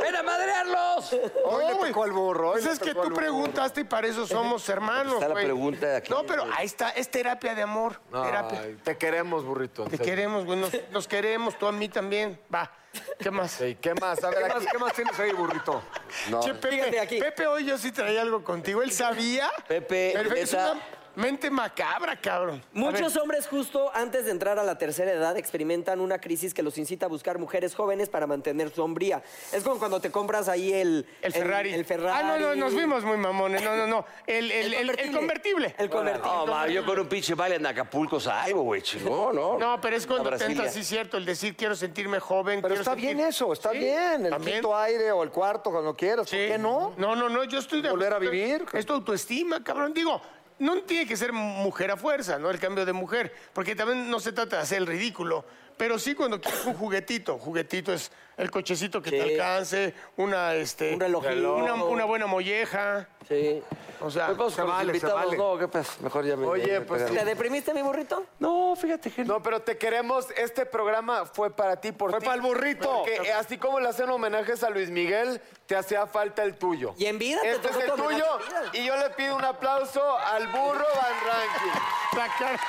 [SPEAKER 2] ¡Ven a madrearlos!
[SPEAKER 3] Hoy le
[SPEAKER 5] No, güey.
[SPEAKER 3] tocó al burro, hoy
[SPEAKER 5] Pues
[SPEAKER 3] le
[SPEAKER 5] es que
[SPEAKER 3] tocó
[SPEAKER 5] tú
[SPEAKER 3] al burro.
[SPEAKER 5] preguntaste y para eso somos hermanos.
[SPEAKER 2] Está la
[SPEAKER 5] güey.
[SPEAKER 2] pregunta aquí.
[SPEAKER 5] No, pero ahí está, es terapia de amor. Terapia.
[SPEAKER 1] Ay, te queremos, burrito. en
[SPEAKER 5] Te
[SPEAKER 1] serio.
[SPEAKER 5] queremos, güey. Nos, nos queremos, tú a mí también. Va. ¿Qué más?
[SPEAKER 1] Sí, ¿Qué más? A
[SPEAKER 3] ¿Qué
[SPEAKER 1] ver, aquí-
[SPEAKER 3] más, qué más tienes ahí, burrito?
[SPEAKER 2] No.
[SPEAKER 5] Che, Pepe,
[SPEAKER 4] Fíjate aquí.
[SPEAKER 5] Pepe hoy yo sí traía algo contigo. Él sabía.
[SPEAKER 2] Pepe,
[SPEAKER 5] Pero es
[SPEAKER 2] neta.
[SPEAKER 5] una mente macabra, cabrón. A
[SPEAKER 4] Muchos
[SPEAKER 5] ver,
[SPEAKER 4] hombres justo antes de entrar a la tercera edad experimentan una crisis que los incita a buscar mujeres jóvenes para mantener su hombría. Es como cuando te compras ahí el...
[SPEAKER 5] El Ferrari.
[SPEAKER 4] El, Ferrari.
[SPEAKER 5] Ah, no, no, nos vimos muy mamones. No, no, no. El, el- el- el convertible.
[SPEAKER 4] El convertible.
[SPEAKER 2] No, ma, yo con un pinche baile en Acapulco salgo, güey, chingón, ¿no?
[SPEAKER 5] No, pero es cuando
[SPEAKER 2] A
[SPEAKER 5] te entra,
[SPEAKER 2] Brasilia.
[SPEAKER 5] sí, cierto, el decir quiero sentirme joven.
[SPEAKER 3] Pero
[SPEAKER 5] quiero
[SPEAKER 3] está
[SPEAKER 5] sentir-
[SPEAKER 3] bien eso, está
[SPEAKER 5] Sí,
[SPEAKER 3] bien. El
[SPEAKER 5] también.
[SPEAKER 3] quinto aire o el cuarto, cuando quieras. ¿Por
[SPEAKER 5] Sí.
[SPEAKER 3] qué no?
[SPEAKER 5] No, no, no, yo estoy de
[SPEAKER 3] ¿Volver a
[SPEAKER 5] acuerdo.
[SPEAKER 3] vivir?
[SPEAKER 5] Es tu autoestima, cabrón. Digo, no tiene que ser mujer a fuerza, ¿no? El cambio de mujer. Porque también no se trata de hacer el ridículo. Pero sí cuando quieres un juguetito. Juguetito es el cochecito que te
[SPEAKER 4] Sí.
[SPEAKER 5] alcance, una, este...
[SPEAKER 4] Un relojito.
[SPEAKER 5] Una, una buena molleja.
[SPEAKER 4] Sí.
[SPEAKER 5] O sea...
[SPEAKER 2] Pues vamos
[SPEAKER 3] Se
[SPEAKER 2] con los
[SPEAKER 3] vale, se
[SPEAKER 2] invitados,
[SPEAKER 3] vale.
[SPEAKER 2] no, qué pues, mejor ya me...
[SPEAKER 1] Oye,
[SPEAKER 2] me
[SPEAKER 1] pues,
[SPEAKER 2] pegaron.
[SPEAKER 4] ¿Te deprimiste, mi burrito?
[SPEAKER 2] No, fíjate que no.
[SPEAKER 1] No, pero te queremos. Este programa fue para ti, por
[SPEAKER 3] Fue
[SPEAKER 1] ti.
[SPEAKER 3] pa'l burrito.
[SPEAKER 1] Porque eh, así como le hacen homenajes a Luis Miguel, te hacía falta el tuyo.
[SPEAKER 4] Y en vida te
[SPEAKER 1] Este es
[SPEAKER 4] tocó
[SPEAKER 1] el
[SPEAKER 4] tu homenaje
[SPEAKER 1] tuyo.
[SPEAKER 4] en vida.
[SPEAKER 1] Y yo le pido un aplauso al burro Van Ranking.
[SPEAKER 5] la cara-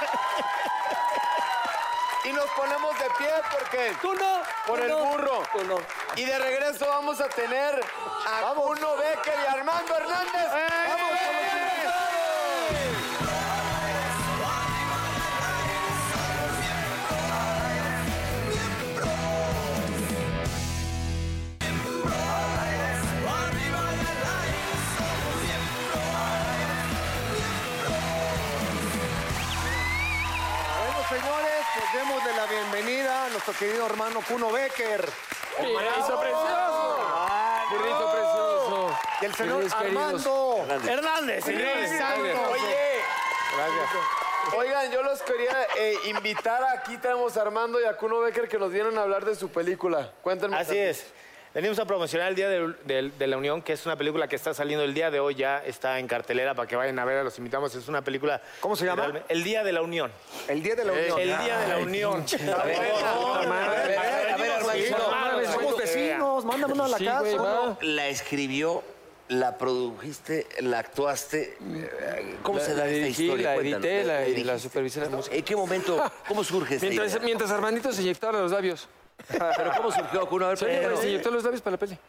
[SPEAKER 1] Y nos ponemos de pie porque...
[SPEAKER 4] Tú no.
[SPEAKER 1] Por
[SPEAKER 4] tú
[SPEAKER 1] el
[SPEAKER 4] no,
[SPEAKER 1] burro.
[SPEAKER 4] Tú no.
[SPEAKER 1] Y de regreso vamos a tener a Bruno Becker y Armando Hernández. ¡Vamos con los invitados!
[SPEAKER 3] pues, nuestro querido hermano Cuno Becker.
[SPEAKER 7] Eso, precioso.
[SPEAKER 6] Burrito precioso.
[SPEAKER 3] Y el señor
[SPEAKER 6] Mis queridos.
[SPEAKER 3] Armando.
[SPEAKER 7] Hernández, señores.
[SPEAKER 6] Oye. Oigan, yo los quería eh, invitar. Aquí tenemos a Armando y a Kuno Becker que nos vienen a hablar de su película. Cuéntenme.
[SPEAKER 7] Así es. Venimos a promocionar el Día de, de- de la Unión, que es una película que está saliendo el día de hoy, ya está en cartelera para que vayan a verla, los invitamos. Es una película...
[SPEAKER 3] ¿Cómo se llama?
[SPEAKER 7] realme- El Día de la Unión.
[SPEAKER 3] El Día de la Unión.
[SPEAKER 7] El Día de la Unión. A ver,
[SPEAKER 6] A ver, Armandito.
[SPEAKER 3] Somos vecinos, mándame uno a la
[SPEAKER 6] Sí,
[SPEAKER 3] casa.
[SPEAKER 6] güey, va.
[SPEAKER 2] La escribió, la produjiste, la actuaste. eh, ¿Cómo
[SPEAKER 6] La-
[SPEAKER 2] se da
[SPEAKER 6] la
[SPEAKER 2] esta
[SPEAKER 6] dirigí,
[SPEAKER 2] historia?
[SPEAKER 6] la
[SPEAKER 2] Cuéntanos,
[SPEAKER 6] edité, la- y la
[SPEAKER 2] dirigiste.
[SPEAKER 6] supervisé la música.
[SPEAKER 2] ¿En qué momento? ¿Cómo surge esta
[SPEAKER 6] Mientras,
[SPEAKER 2] idea?
[SPEAKER 6] mientras Armandito se inyectaba los labios.
[SPEAKER 2] ¿Pero cómo surgió, Cuno? A ver,
[SPEAKER 6] Se
[SPEAKER 2] platícanos.
[SPEAKER 6] inyectó los labios para la peli.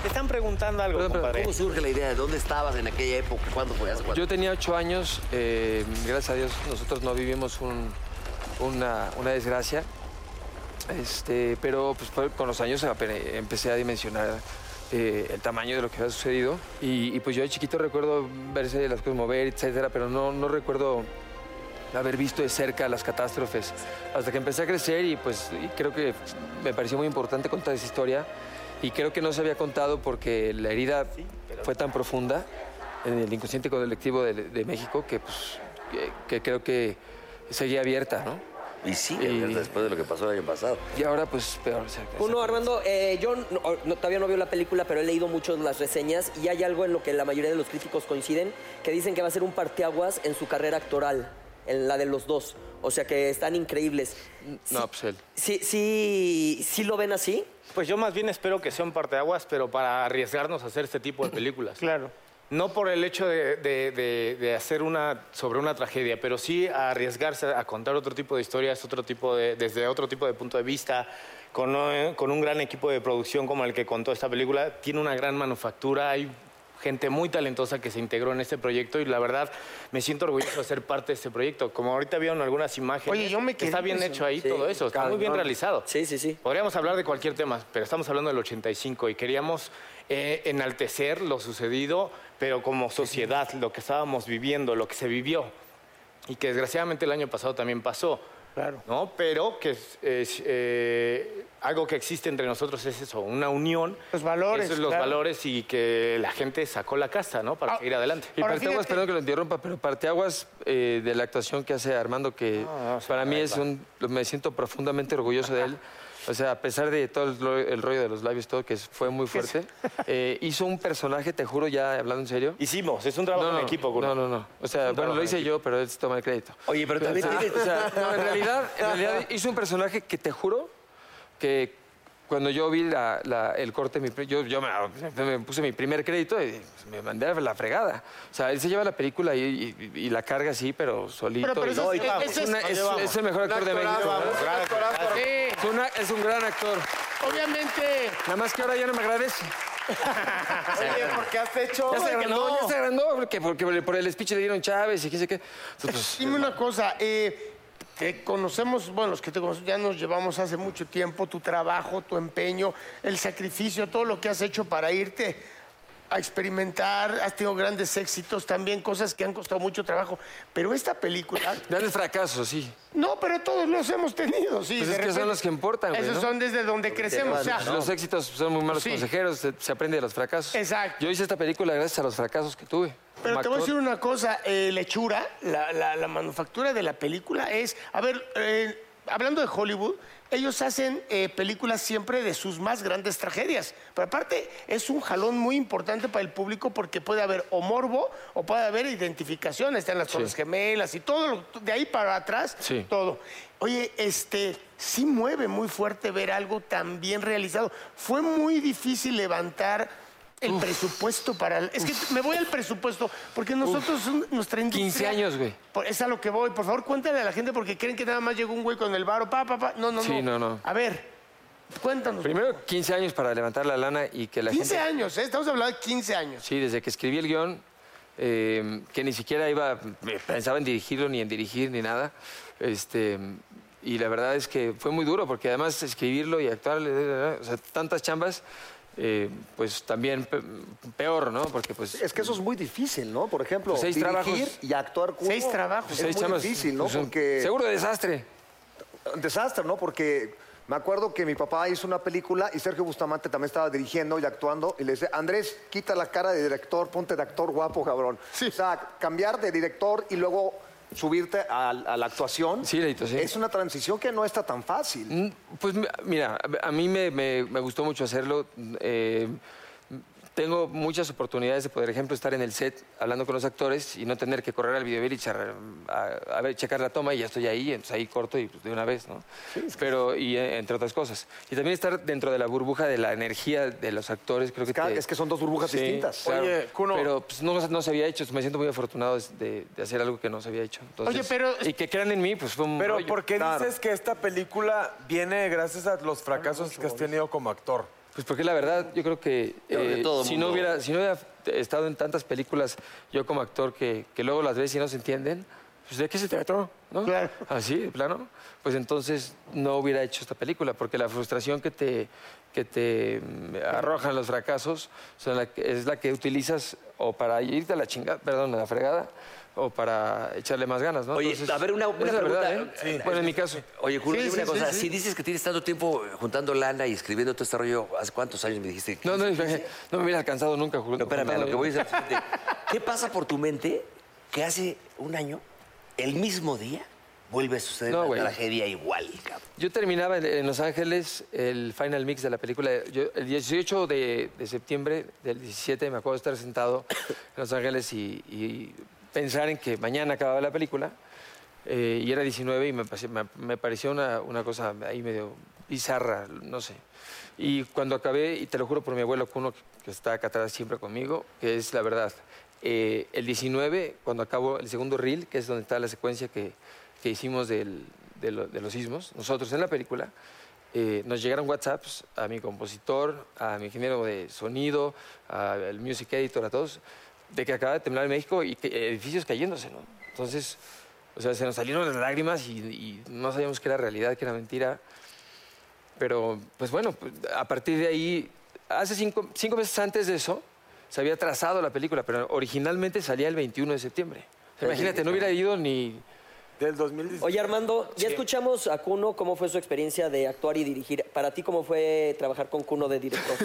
[SPEAKER 7] Te están preguntando algo,
[SPEAKER 6] Perdón, perdón.
[SPEAKER 7] compadre.
[SPEAKER 2] ¿Cómo surge la idea? ¿De dónde estabas en aquella época? ¿Cuándo fue? ¿Hace cuánto?
[SPEAKER 6] Yo tenía ocho años, eh, gracias a Dios nosotros no vivimos un- una, una desgracia, este, pero pues, fue- con los años ape- empecé a dimensionar eh, el tamaño de lo que había sucedido y, y, pues yo de chiquito recuerdo verse las cosas mover, etcétera, pero no, no recuerdo haber visto de cerca las catástrofes hasta que empecé a crecer y pues y creo que me pareció muy importante contar esa historia y creo que no se había contado porque la herida fue tan profunda en el inconsciente colectivo de, de México que, pues, que, que creo que seguía abierta, ¿no?
[SPEAKER 2] Y sí,
[SPEAKER 6] Y-
[SPEAKER 2] después de lo que pasó el año pasado.
[SPEAKER 6] Y ahora pues peor. o sea,
[SPEAKER 4] Uno, Armando, eh, yo no- no- todavía no veo la película, pero he leído mucho las reseñas y hay algo en lo que la mayoría de los críticos coinciden, que dicen que va a ser un parteaguas en su carrera actoral, en la de los dos. O sea que están increíbles.
[SPEAKER 6] No, pues él.
[SPEAKER 4] ¿Sí, sí, sí lo ven así?
[SPEAKER 7] Pues yo más bien espero que sea un parteaguas, pero para arriesgarnos a hacer este tipo de películas. Claro. No por el hecho de, de- de- de hacer una sobre una tragedia, pero sí a arriesgarse a contar otro tipo de historias, otro tipo de, desde otro tipo de punto de vista, con, eh, con un gran equipo de producción como el que contó esta película. Tiene una gran manufactura, hay gente muy talentosa que se integró en este proyecto y la verdad me siento orgulloso de ser parte de este proyecto. Como ahorita vieron algunas imágenes,
[SPEAKER 5] Oye, yo me quedé
[SPEAKER 7] está bien hecho ahí todo eso, está muy bien realizado.
[SPEAKER 4] Sí, sí, sí.
[SPEAKER 7] Podríamos hablar de cualquier tema, pero estamos hablando del 85 y queríamos eh, enaltecer lo sucedido, pero como sociedad, lo que estábamos viviendo, lo que se vivió y que desgraciadamente el año pasado también pasó. Claro. ¿no? Pero que es- es, eh, algo que existe entre nosotros es eso, una unión.
[SPEAKER 5] Los valores,
[SPEAKER 7] Esos son los
[SPEAKER 5] claro.
[SPEAKER 7] valores y que la gente sacó la casa, ¿no? Para
[SPEAKER 5] Ah,
[SPEAKER 7] seguir adelante.
[SPEAKER 5] Y
[SPEAKER 6] Y
[SPEAKER 5] Ahora,
[SPEAKER 6] parteaguas,
[SPEAKER 5] fíjate-
[SPEAKER 6] perdón que lo interrumpa, pero parteaguas eh, de la actuación que hace Armando, que para mí es un. Me siento profundamente orgulloso de él. O sea, a pesar de todo el, ro- el rollo de los labios, todo, que fue muy fuerte, eh, hizo un personaje, te juro, ya hablando en serio.
[SPEAKER 7] Hicimos, es un trabajo en equipo. Cuno.
[SPEAKER 6] No, no, no. O sea, bueno, lo hice yo, pero él se toma el crédito.
[SPEAKER 2] Oye, pero también
[SPEAKER 6] o sea,
[SPEAKER 2] tiene-
[SPEAKER 6] o sea, no, en realidad, en realidad hizo un personaje que te juro que cuando yo vi la- la- el corte, mi pri- yo, yo me, me puse mi primer crédito y pues, me mandé a la fregada. O sea, él se lleva la película y, y- y la carga así, pero solito.
[SPEAKER 5] Pero- pero
[SPEAKER 6] y-
[SPEAKER 5] ese es-
[SPEAKER 6] No, y-
[SPEAKER 5] ese
[SPEAKER 6] es,
[SPEAKER 5] es-
[SPEAKER 6] una- es- es el mejor actor de México. ¿verdad?
[SPEAKER 5] Sí,
[SPEAKER 6] Es, una- es un gran actor.
[SPEAKER 5] obviamente.
[SPEAKER 6] Nada más que ahora ya no me agradece.
[SPEAKER 3] Oye, porque has hecho.
[SPEAKER 6] Ya se agrandó, ya se agrandó, porque, porque por el speech le dieron Chávez y quién sé qué. Pues, Entonces,
[SPEAKER 5] Dime una cosa, eh, te conocemos, bueno, los que te conocemos ya nos llevamos hace mucho tiempo, tu trabajo, tu empeño, el sacrificio, todo lo que has hecho para irte a experimentar, has tenido grandes éxitos, también cosas que han costado mucho trabajo, pero esta película...
[SPEAKER 6] grandes fracasos, sí.
[SPEAKER 5] No, pero todos los hemos tenido, sí.
[SPEAKER 6] Pues
[SPEAKER 5] de
[SPEAKER 6] es que son los que importan, güey,
[SPEAKER 5] Esos
[SPEAKER 6] ¿no?
[SPEAKER 5] son desde donde crecemos, o sea,
[SPEAKER 6] Los éxitos son muy malos
[SPEAKER 5] Sí.
[SPEAKER 6] consejeros, se, se aprende de los fracasos.
[SPEAKER 5] Exacto.
[SPEAKER 6] Yo hice esta película gracias a los fracasos que tuve.
[SPEAKER 5] Pero
[SPEAKER 6] Como
[SPEAKER 5] te voy a
[SPEAKER 6] actor.
[SPEAKER 5] decir una cosa, eh, la hechura, la, la- la manufactura de la película es, a ver, eh, hablando de Hollywood, ellos hacen eh, películas siempre de sus más grandes tragedias, pero aparte es un jalón muy importante para el público porque puede haber o morbo o puede haber identificación, están las torres gemelas y todo, lo- de ahí para atrás,
[SPEAKER 6] Sí.
[SPEAKER 5] todo. Oye, este, sí mueve muy fuerte ver algo tan bien realizado. Fue muy difícil levantar el presupuesto para... el- Es que me voy al presupuesto, porque nosotros, un- nuestra industria...
[SPEAKER 6] 15 años, güey.
[SPEAKER 5] Por- Es a lo que voy. Por favor, cuéntale a la gente, porque creen que nada más llegó un güey con el varo, pa, pa, pa. No, no,
[SPEAKER 6] Sí,
[SPEAKER 5] no.
[SPEAKER 6] no, no.
[SPEAKER 5] A ver, cuéntanos.
[SPEAKER 6] Primero, 15 años para levantar la lana y que la
[SPEAKER 5] 15
[SPEAKER 6] gente...
[SPEAKER 5] años, ¿eh? Estamos hablando de 15 años.
[SPEAKER 6] Sí, desde que escribí el guión, eh, que ni siquiera iba, pensaba en dirigirlo, ni en dirigir, ni nada. Este, y la verdad es que fue muy duro, porque además escribirlo y actuar, eh, eh, eh, o sea, tantas chambas, eh, pues también pe- peor, ¿no? Porque pues...
[SPEAKER 3] Es que eso es muy difícil, ¿no? Por ejemplo,
[SPEAKER 6] Pues seis
[SPEAKER 3] dirigir
[SPEAKER 6] trabajos.
[SPEAKER 3] y actuar juntos.
[SPEAKER 5] Seis trabajos.
[SPEAKER 3] Es
[SPEAKER 6] seis
[SPEAKER 3] muy
[SPEAKER 6] chambas,
[SPEAKER 3] difícil, ¿no?
[SPEAKER 6] pues, un
[SPEAKER 3] Porque
[SPEAKER 6] Seguro desastre.
[SPEAKER 3] un desastre, ¿no? Porque Me acuerdo que mi papá hizo una película y Sergio Bustamante también estaba dirigiendo y actuando y le decía, Andrés, quita la cara de director, ponte de actor guapo, cabrón. O sea, cambiar de director y luego subirte a, a la actuación.
[SPEAKER 6] Sí, Leito, sí.
[SPEAKER 3] Es una transición que no está tan fácil.
[SPEAKER 6] Mm, Pues mi- mira, a a mí me, me- me gustó mucho hacerlo. eh, tengo muchas oportunidades de, por ejemplo, estar en el set hablando con los actores y no tener que correr al videover y charrar, a, a ver, checar la toma y ya estoy ahí, entonces ahí corto y pues, de una vez, ¿no? Pero, y eh, entre otras cosas. Y también estar dentro de la burbuja de la energía de los actores, creo que...
[SPEAKER 3] Ca-
[SPEAKER 6] te-
[SPEAKER 3] es que son dos burbujas
[SPEAKER 6] Sí,
[SPEAKER 3] distintas.
[SPEAKER 6] claro.
[SPEAKER 5] Oye, Cuno.
[SPEAKER 6] Pero pues, no, no se había hecho, me siento muy afortunado de, de hacer algo que no se había hecho. Entonces,
[SPEAKER 5] Oye, pero-
[SPEAKER 6] Y que crean en mí, pues fue un
[SPEAKER 1] Pero
[SPEAKER 6] rollo.
[SPEAKER 1] ¿por qué
[SPEAKER 6] Claro.
[SPEAKER 1] dices que esta película viene gracias a los fracasos que has tenido como actor?
[SPEAKER 6] Pues porque la verdad, yo creo que,
[SPEAKER 2] Creo que
[SPEAKER 6] eh,
[SPEAKER 2] todo
[SPEAKER 6] si, no
[SPEAKER 2] mundo-
[SPEAKER 6] hubiera, si no hubiera estado en tantas películas yo como actor que, que luego las ves y no se entienden, pues ¿de qué se trató? ¿No?
[SPEAKER 5] Claro.
[SPEAKER 6] Así, de plano. Pues entonces no hubiera hecho esta película, porque la frustración que te, que te mm, arrojan los fracasos son la que- es la que utilizas o para irte a la chingada, perdón, a la fregada, o para echarle más ganas, ¿no?
[SPEAKER 2] Oye, a ver, una-
[SPEAKER 6] es
[SPEAKER 2] una
[SPEAKER 6] la verdad,
[SPEAKER 2] pregunta.
[SPEAKER 6] ¿eh? Bueno, en mi caso.
[SPEAKER 2] Oye, Cuno,
[SPEAKER 6] Sí,
[SPEAKER 2] dime
[SPEAKER 6] sí,
[SPEAKER 2] una
[SPEAKER 6] sí,
[SPEAKER 2] cosa.
[SPEAKER 6] sí.
[SPEAKER 2] Si dices que tienes tanto tiempo juntando lana y escribiendo todo este rollo, ¿hace cuántos años me dijiste?
[SPEAKER 6] No, no, no me hubiera alcanzado nunca, Julio.
[SPEAKER 2] No, espérame, a lo que voy es al siguiente. ¿Qué pasa por tu mente que hace un año, el mismo día, vuelve a suceder
[SPEAKER 6] No,
[SPEAKER 2] una
[SPEAKER 6] güey.
[SPEAKER 2] tragedia igual, cabrón?
[SPEAKER 6] Yo terminaba en, en Los Ángeles el final mix de la película. Yo- el 18 de, de septiembre del 17 me acuerdo de estar sentado en Los Ángeles y, y pensar en que mañana acababa la película. Eh, y era 19 y me, pase- me- me pareció una, una cosa ahí medio bizarra, no sé. Y cuando acabé, y te lo juro por mi abuelo Cuno, que- que está acá atrás siempre conmigo, que es la verdad, eh, el 19, cuando acabo el segundo reel, que es donde está la secuencia que, que hicimos del- de, lo- de los sismos, nosotros en la película, eh, nos llegaron WhatsApps a mi compositor, a mi ingeniero de sonido, al music editor, a todos, de que acaba de temblar en México y que, edificios cayéndose, ¿no? Entonces, o sea, se nos salieron las lágrimas y, y no sabíamos qué era realidad, qué era mentira. Pero, pues bueno, pues, a partir de ahí, hace cinco, cinco meses antes de eso, se había trazado la película, pero originalmente salía el 21 de septiembre. O sea, imagínate, no hubiera ido ni...
[SPEAKER 1] Del 2017.
[SPEAKER 4] Oye, Armando, ya escuchamos a Cuno cómo fue su experiencia de actuar y dirigir. Para ti, ¿cómo fue trabajar con Cuno de director?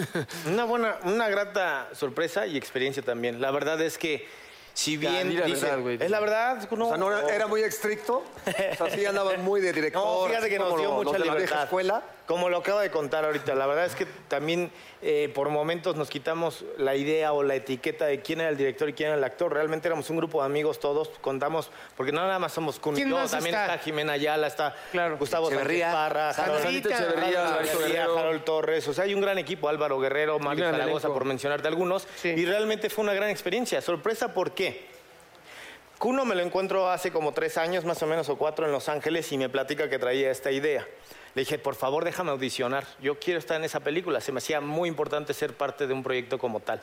[SPEAKER 7] Una buena, una grata sorpresa y experiencia también. La verdad es que, si
[SPEAKER 6] Ya,
[SPEAKER 7] bien
[SPEAKER 6] di la
[SPEAKER 7] dicen-
[SPEAKER 6] verdad, güey.
[SPEAKER 7] es la verdad, Cuno.
[SPEAKER 3] O sea, no era,
[SPEAKER 1] oh,
[SPEAKER 3] era muy estricto. O sea, sí andaba muy de director.
[SPEAKER 7] No, fíjate que nos
[SPEAKER 3] como
[SPEAKER 7] dio
[SPEAKER 3] los
[SPEAKER 7] mucha
[SPEAKER 3] de la
[SPEAKER 7] libertad.
[SPEAKER 3] vieja escuela.
[SPEAKER 7] Como lo acaba de contar ahorita, la verdad es que también eh, por momentos nos quitamos la idea o la etiqueta de quién era el director y quién era el actor. Realmente éramos un grupo de amigos todos, contamos, porque no nada más somos Kun y
[SPEAKER 5] ¿Quién
[SPEAKER 7] yo,
[SPEAKER 5] más
[SPEAKER 7] también
[SPEAKER 5] está?
[SPEAKER 7] está? Jimena Ayala, está
[SPEAKER 5] Claro.
[SPEAKER 7] Gustavo
[SPEAKER 2] Echeverría,
[SPEAKER 7] Sánchez Parra, Harold-
[SPEAKER 5] Sandrita
[SPEAKER 7] Harold
[SPEAKER 6] Echeverría,
[SPEAKER 7] García,
[SPEAKER 6] Alberto Guerrero.
[SPEAKER 7] Harold Torres, o sea, hay un gran equipo, Álvaro Guerrero, Mario
[SPEAKER 6] gran
[SPEAKER 7] Zaragoza,
[SPEAKER 6] elenco.
[SPEAKER 7] por mencionarte algunos,
[SPEAKER 5] Sí.
[SPEAKER 7] y realmente fue una gran experiencia. Sorpresa, ¿por qué? Cuno me lo encuentro hace como tres años, más o menos, o cuatro en Los Ángeles, y me platica que traía esta idea. Le dije, por favor, déjame audicionar. Yo quiero estar en esa película. Se me hacía muy importante ser parte de un proyecto como tal.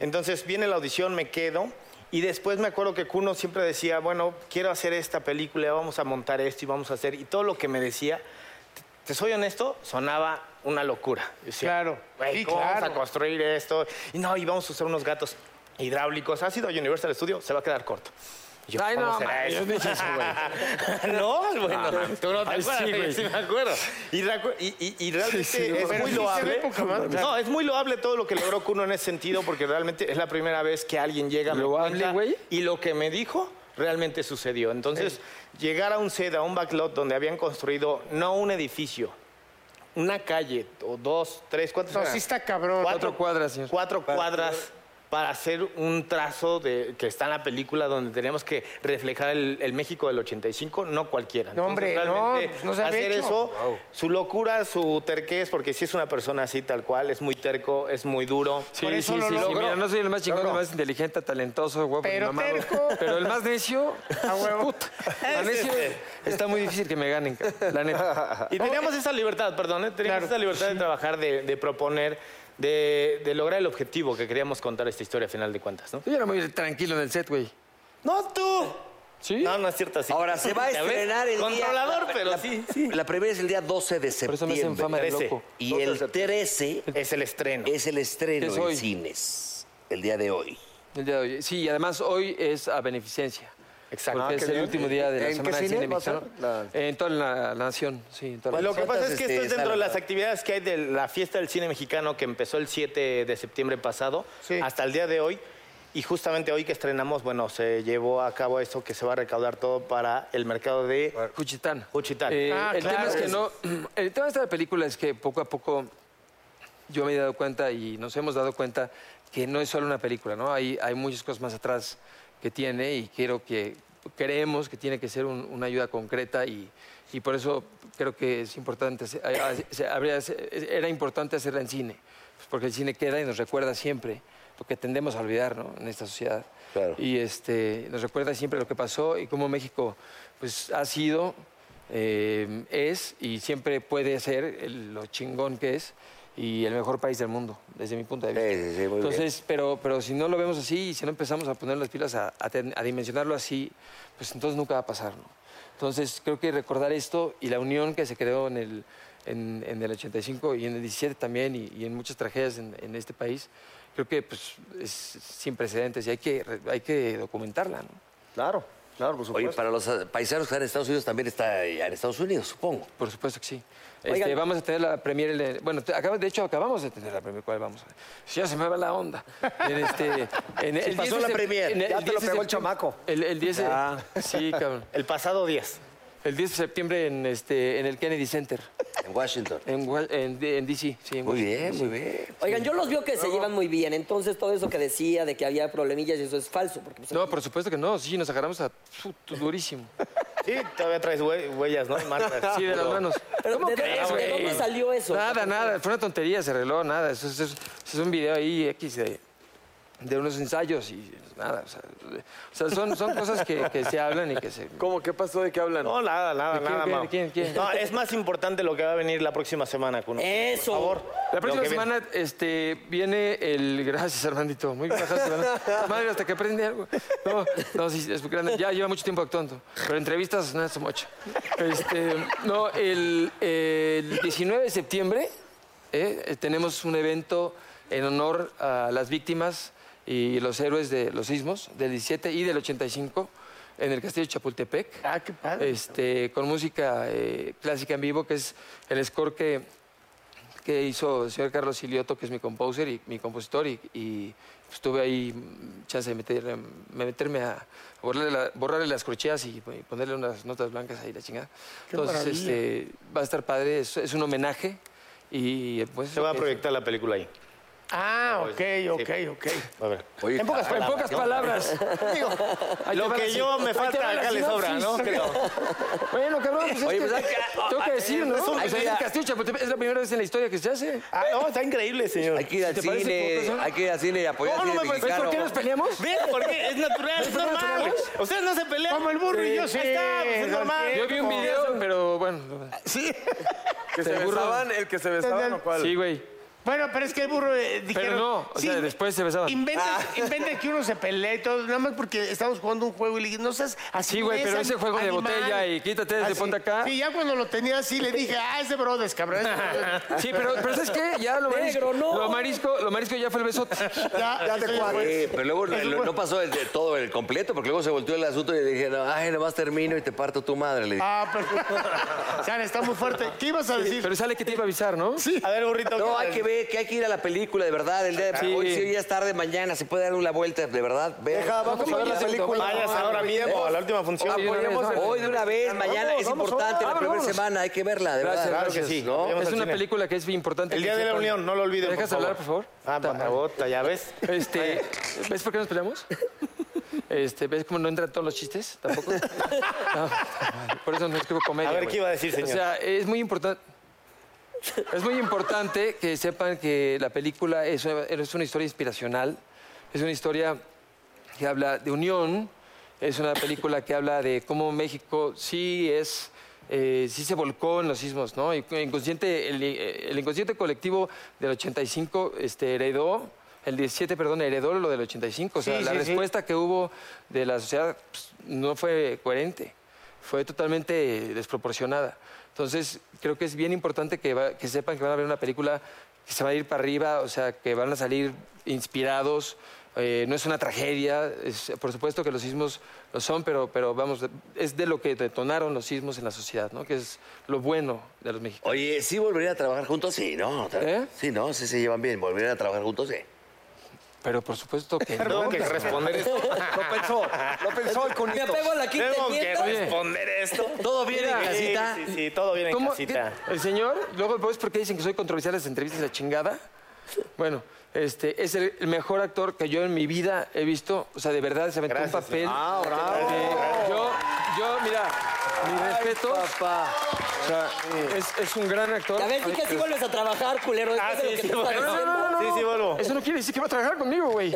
[SPEAKER 7] Entonces viene la audición, me quedo. Y después me acuerdo que Cuno siempre decía, bueno, quiero hacer esta película, vamos a montar esto y vamos a hacer. Y todo lo que me decía, te- te soy honesto, sonaba una locura. Yo decía,
[SPEAKER 5] Claro.
[SPEAKER 7] "Güey,
[SPEAKER 5] Sí,
[SPEAKER 7] ¿cómo vamos a
[SPEAKER 5] claro.
[SPEAKER 7] construir esto? Y no, y vamos a usar unos gatos hidráulicos. ¿Has ido a Universal Studio? Se va a quedar corto. Y yo,
[SPEAKER 6] Ay,
[SPEAKER 7] ¿cómo
[SPEAKER 6] no,
[SPEAKER 7] será
[SPEAKER 6] mames,
[SPEAKER 7] eso?
[SPEAKER 6] yo no hice eso,
[SPEAKER 7] no, bueno, tú no te
[SPEAKER 6] Ay, sí,
[SPEAKER 7] acuerdas,
[SPEAKER 6] güey.
[SPEAKER 7] sí, me acuerdo. Y, recu- y- y- y realmente
[SPEAKER 6] Sí, sí,
[SPEAKER 7] es
[SPEAKER 6] pero
[SPEAKER 7] muy
[SPEAKER 5] sí se ve
[SPEAKER 7] loable.
[SPEAKER 5] poca madre.
[SPEAKER 7] No, es muy loable todo lo que logró Cuno en ese sentido, porque realmente es la primera vez que alguien llega a mi
[SPEAKER 6] Loable,
[SPEAKER 7] cuenta
[SPEAKER 6] güey.
[SPEAKER 7] y lo que me dijo realmente sucedió. Entonces, llegar a un set, a un backlot donde habían construido no un edificio, una calle o dos, tres, ¿cuántos
[SPEAKER 5] No, sí está cabrón.
[SPEAKER 6] Cuatro cuadras, señor.
[SPEAKER 7] Cuatro cuadras para hacer un trazo de que está en la película donde tenemos que reflejar el, el México del 85, no cualquiera.
[SPEAKER 5] No, hombre, no,
[SPEAKER 7] realmente,
[SPEAKER 5] pues no se había
[SPEAKER 7] hacer
[SPEAKER 5] hecho.
[SPEAKER 7] eso, su locura, su terquez, porque si es una persona así tal cual, es muy terco, es muy duro.
[SPEAKER 6] Sí,
[SPEAKER 5] Por eso
[SPEAKER 6] sí,
[SPEAKER 5] lo
[SPEAKER 6] sí, sí.
[SPEAKER 5] logró.
[SPEAKER 6] Mira, no soy el más chingón, el
[SPEAKER 5] Logró.
[SPEAKER 6] más inteligente, talentoso, guapo,
[SPEAKER 5] Pero
[SPEAKER 6] mamado.
[SPEAKER 5] terco.
[SPEAKER 6] Pero el más necio,
[SPEAKER 5] A huevo.
[SPEAKER 6] puta, a necio está muy difícil que me ganen, la neta.
[SPEAKER 7] Y teníamos esa libertad, perdón, ¿eh? teníamos
[SPEAKER 5] Claro.
[SPEAKER 7] esa libertad de trabajar, de, de proponer, de, de lograr el objetivo que queríamos contar esta historia a final de cuentas, ¿no?
[SPEAKER 6] Yo era muy tranquilo en el set, güey.
[SPEAKER 7] ¡No tú!
[SPEAKER 6] ¿Sí?
[SPEAKER 7] No, no es cierto así.
[SPEAKER 2] Ahora se va a
[SPEAKER 7] ¿Ya ves?
[SPEAKER 2] estrenar el día-
[SPEAKER 7] Controlador,
[SPEAKER 2] la-
[SPEAKER 7] pero
[SPEAKER 2] la-
[SPEAKER 7] sí, sí.
[SPEAKER 2] La primera es el día 12 de
[SPEAKER 6] Por
[SPEAKER 2] septiembre.
[SPEAKER 6] eso me hacen fama de
[SPEAKER 7] Trece.
[SPEAKER 6] loco.
[SPEAKER 2] Y el 13
[SPEAKER 7] Es el estreno.
[SPEAKER 2] es el estreno
[SPEAKER 6] Es hoy.
[SPEAKER 2] en cines, el día de hoy.
[SPEAKER 6] El día de hoy. Sí, y además hoy es a beneficencia. Exacto.
[SPEAKER 3] Ah,
[SPEAKER 6] Porque
[SPEAKER 3] qué
[SPEAKER 6] es el
[SPEAKER 3] bien.
[SPEAKER 6] último día de la
[SPEAKER 3] ¿En qué
[SPEAKER 6] semana de
[SPEAKER 3] cine
[SPEAKER 6] cine
[SPEAKER 3] va a ser?
[SPEAKER 6] mexicano. En toda la, la nación, sí. en toda la
[SPEAKER 7] Pues Lo que
[SPEAKER 6] nación.
[SPEAKER 7] pasa es que esto es dentro de las actividades que hay de la fiesta del cine mexicano que empezó el 7 de septiembre pasado hasta el día de hoy. Y justamente hoy que estrenamos, bueno, se llevó a cabo esto que se va a recaudar todo para el mercado de...
[SPEAKER 6] Juchitán.
[SPEAKER 7] Juchitán.
[SPEAKER 6] Eh,
[SPEAKER 3] Ah,
[SPEAKER 6] el tema es que no. El tema de esta película es que poco a poco yo me he dado cuenta y nos hemos dado cuenta que no es solo una película, ¿no? Hay, hay muchas cosas más atrás que tiene y quiero que creemos que tiene que ser un- una ayuda concreta y, y por eso creo que es importante, hacer- a- a- se- habría- se- era importante hacerla en cine, pues porque el cine queda y nos recuerda siempre, porque tendemos a olvidar, ¿no? En esta sociedad. Y este, nos recuerda siempre lo que pasó y cómo México pues, ha sido, eh, es y siempre puede ser el- lo chingón que es y el mejor país del mundo, desde mi punto de vista. Entonces, pero, pero si no lo vemos así y si no empezamos a poner las pilas a, a ten- a dimensionarlo así, pues entonces nunca va a pasar, ¿no? Entonces, creo que recordar esto y la unión que se creó en el, en, en el 85 y en el 17 también y, y en muchas tragedias en, en este país, creo que pues, es sin precedentes y hay que, re- hay que documentarla, ¿no?
[SPEAKER 3] Claro, claro, por
[SPEAKER 2] Oye, para los eh, paisanos que están en Estados Unidos también está eh, en Estados Unidos, supongo.
[SPEAKER 6] Por supuesto que sí.
[SPEAKER 2] Oigan.
[SPEAKER 6] Este, vamos a tener la premier. el- Bueno, te- acaba- de hecho, acabamos de tener la premier. ¿Cuál vamos? Si ya se me va la onda. En este, en
[SPEAKER 7] Sí, pasó
[SPEAKER 6] 10 de
[SPEAKER 7] la
[SPEAKER 6] sep-
[SPEAKER 7] premier.
[SPEAKER 6] en
[SPEAKER 7] Ya te lo
[SPEAKER 6] 10 de
[SPEAKER 7] pegó el
[SPEAKER 6] septiembre-
[SPEAKER 7] chamaco.
[SPEAKER 6] El, el 10 de-
[SPEAKER 7] Ya.
[SPEAKER 6] Sí, cabrón.
[SPEAKER 7] El pasado 10.
[SPEAKER 6] El 10 de septiembre en, este, en el Kennedy Center.
[SPEAKER 2] En Washington.
[SPEAKER 6] En, Wa- en, D- en D.C. Sí, en Washington, D.C..
[SPEAKER 4] Oigan, yo los veo que se llevan muy bien, entonces todo eso que decía de que había problemillas y eso es falso. Porque, pues,
[SPEAKER 6] No, por supuesto que no. Sí, nos agarramos a puto, durísimo.
[SPEAKER 7] Sí, todavía traes hue- huellas, ¿no? Marcas.
[SPEAKER 6] Sí, de las manos.
[SPEAKER 7] Pero
[SPEAKER 6] ¿Cómo
[SPEAKER 7] ¿de dónde-
[SPEAKER 6] crees,
[SPEAKER 7] de
[SPEAKER 6] güey?
[SPEAKER 7] dónde salió eso?
[SPEAKER 6] Nada, nada. Fue una tontería, se reló, nada. Eso, es- eso es un video ahí X de, de unos ensayos y nada. O sea, o sea, son, son cosas que, que se hablan y que se...
[SPEAKER 1] ¿Cómo? ¿Qué pasó? ¿De qué hablan?
[SPEAKER 7] No, nada, nada,
[SPEAKER 6] ¿De quién,
[SPEAKER 7] nada,
[SPEAKER 6] quién,
[SPEAKER 7] Mau.
[SPEAKER 6] quién, quién?
[SPEAKER 7] No, es más importante lo que va a venir la próxima semana, Cuno. Por favor.
[SPEAKER 6] La
[SPEAKER 7] Lo
[SPEAKER 6] próxima
[SPEAKER 7] que viene.
[SPEAKER 6] semana este, viene el... Gracias, Armandito. Muy bien, gracias, Armando. Madre, hasta que aprende algo. No, no, sí, es muy grande. Ya lleva mucho tiempo actuando. Pero entrevistas, nada, son mucho. Este, no, el, el 19 de septiembre eh, eh, tenemos un evento en honor a las víctimas y los héroes de los sismos del 17 y del 85 en el Castillo de Chapultepec. Ah, qué padre. Este, con música eh, clásica en vivo, que es el score que que hizo el señor Carlos Silioto, que es mi composer y mi compositor, y, y pues tuve ahí mm, chance de meter- me meterme a borrarle, la- borrarle las crocheas y, y ponerle unas notas blancas ahí, la chingada.
[SPEAKER 7] Qué
[SPEAKER 6] Entonces,
[SPEAKER 7] maravilla.
[SPEAKER 6] este, va a estar padre, es, es un homenaje. Y pues.
[SPEAKER 7] Se va a proyectar la película ahí.
[SPEAKER 5] Ah, ok, ok, ok.
[SPEAKER 7] A ver.
[SPEAKER 5] En
[SPEAKER 6] Pues,
[SPEAKER 5] pocas
[SPEAKER 7] En
[SPEAKER 5] palabras.
[SPEAKER 7] pocas palabras.
[SPEAKER 5] Digo,
[SPEAKER 6] Ahí te
[SPEAKER 7] Lo
[SPEAKER 6] va la
[SPEAKER 7] que
[SPEAKER 6] sin-
[SPEAKER 7] yo me
[SPEAKER 6] ahí te
[SPEAKER 7] falta
[SPEAKER 6] va la
[SPEAKER 7] acá le sobra, ¿no?
[SPEAKER 6] sinopsis.
[SPEAKER 7] Creo.
[SPEAKER 6] Bueno, cabrón, pues es
[SPEAKER 7] Oye,
[SPEAKER 6] que,
[SPEAKER 7] pues, hay que-
[SPEAKER 6] tengo que
[SPEAKER 7] hay-
[SPEAKER 6] decir, ¿no? Pues,
[SPEAKER 7] es un-
[SPEAKER 6] O sea,
[SPEAKER 7] hay que-
[SPEAKER 6] el Castillo Chapultepec es la primera vez en la historia que se hace.
[SPEAKER 7] Ah, no, está increíble, señor.
[SPEAKER 2] Hay que ir al
[SPEAKER 6] ¿Te parece,
[SPEAKER 2] cine,
[SPEAKER 6] profesor?
[SPEAKER 2] hay que ir al cine y apoyar
[SPEAKER 6] No,
[SPEAKER 2] al
[SPEAKER 6] no
[SPEAKER 2] cine
[SPEAKER 6] me parece. ¿Ves
[SPEAKER 2] mexicano.
[SPEAKER 6] por qué nos peleamos?
[SPEAKER 7] ¿Ves? Porque es natural, es normal. Ustedes no se pelean.
[SPEAKER 5] Como el burro y yo, sí.
[SPEAKER 7] Ahí está, pues, es normal.
[SPEAKER 6] Yo vi un video, pero bueno.
[SPEAKER 7] Sí.
[SPEAKER 1] ¿Que se
[SPEAKER 6] te burlan.
[SPEAKER 1] besaban? ¿El que se besaban o cuál?
[SPEAKER 6] Sí, güey.
[SPEAKER 5] Bueno, pero es que el burro eh, dijeron...
[SPEAKER 6] Pero no, o
[SPEAKER 5] sí,
[SPEAKER 6] sea, después se besaban.
[SPEAKER 5] Inventa,
[SPEAKER 7] Ah.
[SPEAKER 5] inventa que uno se pelea y todo, nada más porque estamos jugando un juego y le dije, no seas así.
[SPEAKER 6] Sí, güey, pero
[SPEAKER 5] eres
[SPEAKER 6] ese juego de
[SPEAKER 5] animal".
[SPEAKER 6] botella y quítate, te
[SPEAKER 5] Así.
[SPEAKER 6] ponte acá.
[SPEAKER 5] Ah, Sí, ya cuando lo tenía así le dije, ah, ese bro es cabrón. ese bro".
[SPEAKER 6] Sí, pero, pero ¿sabes qué? Ya lo marisco,
[SPEAKER 4] Negro, no.
[SPEAKER 6] lo marisco, lo marisco ya fue el besote.
[SPEAKER 5] Ya, ya te
[SPEAKER 2] Sí, pero luego eh, lo- no pasó el- de todo el completo, porque luego se volteó el asunto y le dije, no, ay, nomás termino y te parto tu madre. Le dije,
[SPEAKER 5] Ah, perfecto. Sara, está muy fuerte. ¿Qué ibas a decir?
[SPEAKER 6] Pero sale que te iba a avisar, ¿no? Sí.
[SPEAKER 7] A ver, burrito.
[SPEAKER 2] no, hay que ver, que hay que ir a la película, de verdad, el día de
[SPEAKER 6] Sí.
[SPEAKER 2] hoy, sí, hoy ya es tarde, mañana, se puede dar una vuelta, de verdad, ve.
[SPEAKER 3] Deja, vamos a ver la película.
[SPEAKER 7] Vayas ahora mismo a la última función.
[SPEAKER 6] Oye, no, no, no.
[SPEAKER 2] Hoy de una vez, mañana es importante, la
[SPEAKER 6] Vámonos,
[SPEAKER 2] primera
[SPEAKER 6] vámonos.
[SPEAKER 2] semana, hay que verla, de verdad.
[SPEAKER 6] Gracias,
[SPEAKER 7] Claro que sí.
[SPEAKER 6] gracias.
[SPEAKER 5] Oh,
[SPEAKER 2] ¿no?
[SPEAKER 7] Vamos
[SPEAKER 6] Es
[SPEAKER 7] al
[SPEAKER 6] una
[SPEAKER 7] cine.
[SPEAKER 6] película que es bien importante.
[SPEAKER 7] El
[SPEAKER 6] que
[SPEAKER 7] Día de la
[SPEAKER 6] sepan.
[SPEAKER 7] Unión, no lo olviden.
[SPEAKER 6] ¿Me dejas hablar, por favor?
[SPEAKER 7] Ah,
[SPEAKER 6] Puta madre.
[SPEAKER 7] bota, ya ves.
[SPEAKER 6] Este, ¿Ves por qué nos peleamos? Este, ¿Ves cómo no entran todos los chistes? Tampoco. No, puta madre, por eso no escribo comedia.
[SPEAKER 7] A ver, ¿qué
[SPEAKER 6] güey.
[SPEAKER 7] iba a decir, señor?
[SPEAKER 6] O sea, es muy importante. Es muy importante que sepan que la película es una, es una historia inspiracional, es una historia que habla de unión, es una película que habla de cómo México sí es, eh, sí se volcó en los sismos, ¿no? Y el inconsciente, el, el inconsciente colectivo del 85 este, heredó, el 17, perdón, heredó lo del 85. O sea,
[SPEAKER 5] Sí,
[SPEAKER 6] la
[SPEAKER 5] sí, sí.
[SPEAKER 6] respuesta que hubo de la sociedad pues, no fue coherente fue totalmente desproporcionada. Entonces, creo que es bien importante que, va- que sepan que van a ver una película que se va a ir para arriba, o sea, que van a salir inspirados, eh, no es una tragedia, es- por supuesto que los sismos lo son, pero, pero vamos, es de lo que detonaron los sismos en la sociedad, ¿no? que es lo bueno de los mexicanos.
[SPEAKER 2] Oye, ¿sí volverían a trabajar juntos? Sí, ¿no?
[SPEAKER 6] ¿Eh?
[SPEAKER 2] Sí, ¿no? Sí se llevan bien. ¿Volverían a trabajar juntos? Sí.
[SPEAKER 6] Pero por supuesto que no.
[SPEAKER 7] Tengo que responder esto.
[SPEAKER 3] Lo pensó, lo pensó el
[SPEAKER 4] Me
[SPEAKER 3] cunito.
[SPEAKER 4] apego a la quinta
[SPEAKER 7] Tengo que
[SPEAKER 4] enmienda.
[SPEAKER 7] responder esto.
[SPEAKER 6] ¿Todo bien en casita?
[SPEAKER 7] Sí, sí, todo bien en
[SPEAKER 6] ¿Cómo?
[SPEAKER 7] casita.
[SPEAKER 6] ¿Qué? El señor, luego ¿ves por qué dicen que soy controversial en las entrevistas de la chingada? Bueno, este es el el mejor actor que yo en mi vida he visto. O sea, de verdad se aventó un papel.
[SPEAKER 3] Ah, bravo.
[SPEAKER 6] de- yo, yo, mira, mi respeto. O sea, es, es un gran actor.
[SPEAKER 4] A ver, sí que sí vuelves a trabajar, culero.
[SPEAKER 7] Ah,
[SPEAKER 4] después de
[SPEAKER 7] sí, sí,
[SPEAKER 4] lo que tú
[SPEAKER 7] vuelvo.
[SPEAKER 4] estás
[SPEAKER 7] No,
[SPEAKER 4] diciendo.
[SPEAKER 7] no, no, Sí, sí, vuelvo.
[SPEAKER 6] Eso no quiere decir que va a trabajar conmigo, güey.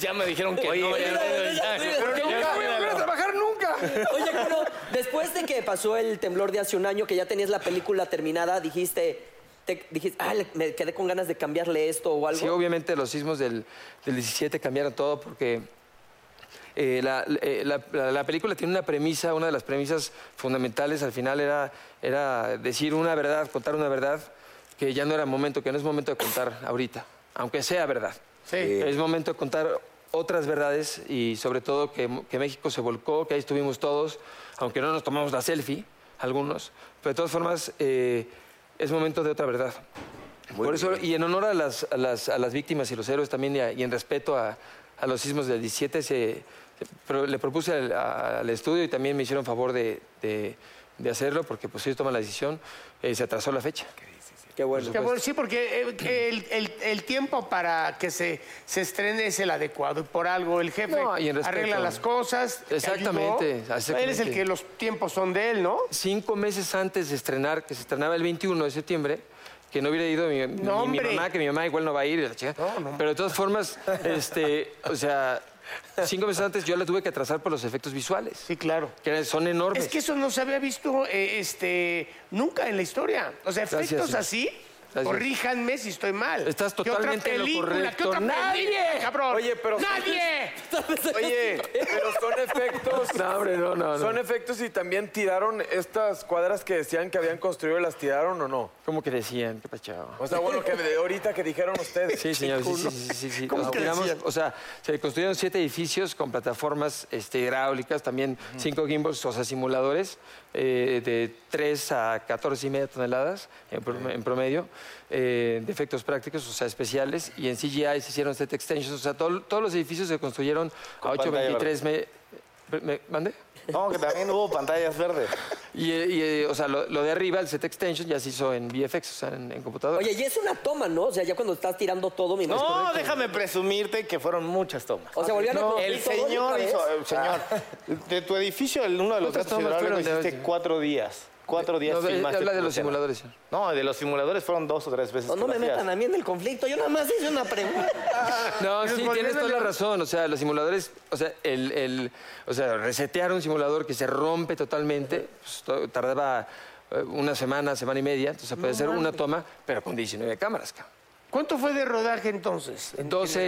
[SPEAKER 7] Ya me dijeron que no.
[SPEAKER 4] oye,
[SPEAKER 7] ya,
[SPEAKER 4] oye,
[SPEAKER 7] ya,
[SPEAKER 4] oye,
[SPEAKER 7] ya.
[SPEAKER 4] pero
[SPEAKER 7] Ya,
[SPEAKER 6] Yo
[SPEAKER 7] ya,
[SPEAKER 6] no voy a volver a trabajar nunca.
[SPEAKER 4] Oye, Cuno, después de que pasó el temblor de hace un año, que ya tenías la película terminada, dijiste, te- dijiste, ah, le- me quedé con ganas de cambiarle esto o algo.
[SPEAKER 6] Sí, obviamente los sismos del, del 17 cambiaron todo porque eh, la, eh, la- la- la película tiene una premisa, una de las premisas fundamentales al final era, era decir una verdad, contar una verdad que ya no era momento, que no es momento de contar ahorita, aunque sea verdad. Eh, Es momento de contar otras verdades y sobre todo que, que México se volcó, que ahí estuvimos todos, aunque no nos tomamos la selfie, algunos, pero de todas formas eh, es momento de otra verdad. Por eso, y en honor a las, a las, a las víctimas y los héroes también, y, a- y en respeto a, a los sismos del 17, se, se- pro- le propuse al, a- al estudio y también me hicieron favor de, de- de hacerlo, porque pues ellos toman la decisión, eh, se atrasó la fecha.
[SPEAKER 4] Qué bueno.
[SPEAKER 1] Pues,
[SPEAKER 5] Que bueno, sí, porque eh, que el, el- el tiempo para que se, se estrene es el adecuado. y Por algo el jefe
[SPEAKER 6] No, y en respeto.
[SPEAKER 5] arregla las cosas. te
[SPEAKER 6] Exactamente,
[SPEAKER 5] ayudó. Él es el
[SPEAKER 6] exactamente.
[SPEAKER 5] que los tiempos son de él, ¿no?
[SPEAKER 6] Cinco meses antes de estrenar, que se estrenaba el 21 de septiembre, que no hubiera ido mi, ni
[SPEAKER 5] No,
[SPEAKER 6] mi
[SPEAKER 5] hombre.
[SPEAKER 6] mamá, que mi mamá igual no va a ir, la chica. pero de todas formas, este, o sea, cinco meses antes yo la tuve que atrasar por los efectos visuales,
[SPEAKER 5] Sí, claro.
[SPEAKER 6] que son enormes.
[SPEAKER 5] Es que eso no se había visto eh, este, nunca en la historia. O sea, efectos
[SPEAKER 6] Gracias, sí.
[SPEAKER 5] así.
[SPEAKER 6] Gracias.
[SPEAKER 5] Corríjanme si estoy mal.
[SPEAKER 6] Estás
[SPEAKER 5] ¿Qué
[SPEAKER 6] totalmente en lo
[SPEAKER 5] otra película? ¿Qué
[SPEAKER 6] correcto.
[SPEAKER 5] otra
[SPEAKER 6] ¡Nadie!
[SPEAKER 5] película, cabrón?
[SPEAKER 1] Oye, pero-
[SPEAKER 5] ¡Nadie!
[SPEAKER 1] Oye, pero son efectos.
[SPEAKER 6] No, hombre, no, no, no.
[SPEAKER 1] Son efectos y también tiraron estas cuadras que decían que habían construido, ¿las tiraron o no?
[SPEAKER 6] ¿Cómo que decían? Qué pachado.
[SPEAKER 1] O sea, bueno, que de ahorita que dijeron ustedes.
[SPEAKER 6] Sí, señor, sí, sí, sí, sí, sí, sí.
[SPEAKER 5] ¿Cómo
[SPEAKER 6] Nos
[SPEAKER 5] que
[SPEAKER 6] tiramos,
[SPEAKER 5] decían?
[SPEAKER 6] o sea, se construyeron siete edificios con plataformas este, hidráulicas, también cinco gimbals, o sea, simuladores eh, de 3 a 14 y media toneladas en, prom- en promedio, eh, de efectos prácticos, o sea, especiales, y en CGI se hicieron set extensions, o sea, todo- todos los edificios se construyeron a 8.23 me, me- ¿Mande?
[SPEAKER 7] No, que también hubo pantallas verdes.
[SPEAKER 6] Y, eh, y, eh, o sea, lo, lo de arriba, el set extension, ya se hizo en VFX, o sea, en, en computadora.
[SPEAKER 4] Oye, y es una toma, ¿no? O sea, ya cuando estás tirando todo, mi
[SPEAKER 7] No, déjame presumirte que fueron muchas tomas.
[SPEAKER 4] O sea, volvían a construir
[SPEAKER 7] El
[SPEAKER 4] todo
[SPEAKER 7] señor
[SPEAKER 4] otra
[SPEAKER 7] hizo,
[SPEAKER 4] vez.
[SPEAKER 7] el señor, de tu edificio, el uno de los
[SPEAKER 6] ¿Cuántas
[SPEAKER 7] datos
[SPEAKER 6] tomas
[SPEAKER 7] hidráulicos
[SPEAKER 6] fueron de
[SPEAKER 7] hiciste
[SPEAKER 6] hoy?
[SPEAKER 7] cuatro días. Cuatro días
[SPEAKER 6] No, eh,
[SPEAKER 7] filmaste
[SPEAKER 6] habla de
[SPEAKER 7] tu
[SPEAKER 6] los
[SPEAKER 7] escena.
[SPEAKER 6] simuladores.
[SPEAKER 7] No, de los simuladores fueron dos o tres veces.
[SPEAKER 4] No,
[SPEAKER 7] que
[SPEAKER 4] no
[SPEAKER 7] lo
[SPEAKER 4] me
[SPEAKER 7] hacías.
[SPEAKER 4] metan a mí en el conflicto. Yo nada más hice una pregunta.
[SPEAKER 6] No,
[SPEAKER 5] Dices,
[SPEAKER 6] sí,
[SPEAKER 5] ¿por qué
[SPEAKER 6] tienes
[SPEAKER 5] no
[SPEAKER 6] toda
[SPEAKER 5] le-
[SPEAKER 6] la razón. O sea, los simuladores, o sea, el, el- o sea, resetear un simulador que se rompe totalmente, pues, to- tardaba eh, una semana, semana y media, entonces puede ser una toma, pero con 19 cámaras. cabrón.
[SPEAKER 5] ¿Cuánto fue de rodaje entonces?
[SPEAKER 6] 12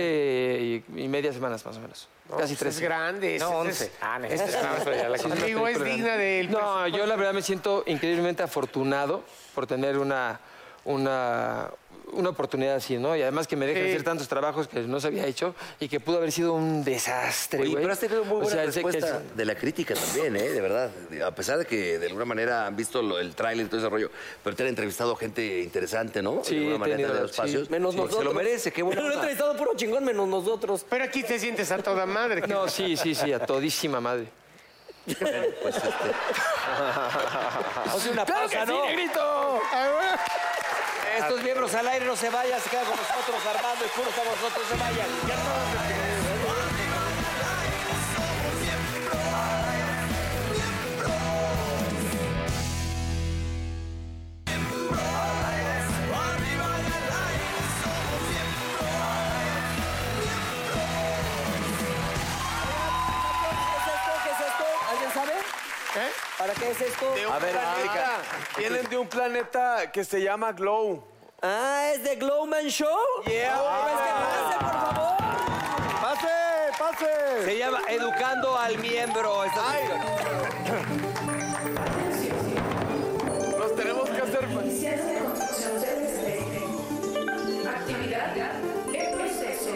[SPEAKER 6] y, y media semanas más o menos. Casi
[SPEAKER 5] Pues
[SPEAKER 6] tres.
[SPEAKER 5] Es grande.
[SPEAKER 7] No,
[SPEAKER 5] es- es-
[SPEAKER 7] once. Ah, no, no, ya la
[SPEAKER 5] es-
[SPEAKER 7] conté.
[SPEAKER 5] Digo, es digna del...
[SPEAKER 6] No, yo la verdad me siento increíblemente afortunado por tener una, una, una oportunidad así, ¿no? Y además que me dejan
[SPEAKER 5] Sí.
[SPEAKER 6] hacer tantos trabajos que no se había hecho y que pudo haber sido un desastre,
[SPEAKER 2] Oye,
[SPEAKER 6] güey.
[SPEAKER 2] pero has tenido muy
[SPEAKER 6] O
[SPEAKER 2] buena
[SPEAKER 6] sea, sé que es-
[SPEAKER 2] respuesta de la crítica también, ¿eh? De verdad. A pesar de que de alguna manera han visto lo- el tráiler y todo ese rollo, pero te han entrevistado gente interesante, ¿no?
[SPEAKER 6] Sí,
[SPEAKER 2] de alguna manera
[SPEAKER 6] he
[SPEAKER 2] te han
[SPEAKER 6] tenido,
[SPEAKER 2] dado
[SPEAKER 6] sí.
[SPEAKER 2] espacios.
[SPEAKER 4] Menos
[SPEAKER 2] Sí,
[SPEAKER 4] nosotros.
[SPEAKER 2] Se lo merece, qué bueno.
[SPEAKER 4] Pero lo he entrevistado puro chingón, menos nosotros.
[SPEAKER 5] Pero aquí te sientes a toda madre.
[SPEAKER 6] No, sí, sí, sí, a todísima madre.
[SPEAKER 2] pues, este,
[SPEAKER 4] Hace una pausa, ¿no? Estos miembros al aire no se vayan, se quedan con nosotros Armando y Cuno con nosotros, se vayan. Ya no. ¿Qué es esto? ¿Alguien sabe?
[SPEAKER 5] ¿Eh?
[SPEAKER 4] ¿Para qué es esto?
[SPEAKER 1] A ver, explica. Vienen de un planeta que se llama Glow.
[SPEAKER 4] Ah, es de Glowman Show.
[SPEAKER 1] Yeah.
[SPEAKER 4] Pues que pase, por favor.
[SPEAKER 1] ¡Pase, pase!
[SPEAKER 4] Se llama Educando al Miembro. esta sección.
[SPEAKER 1] Los tenemos que hacer.
[SPEAKER 8] Actividad en proceso.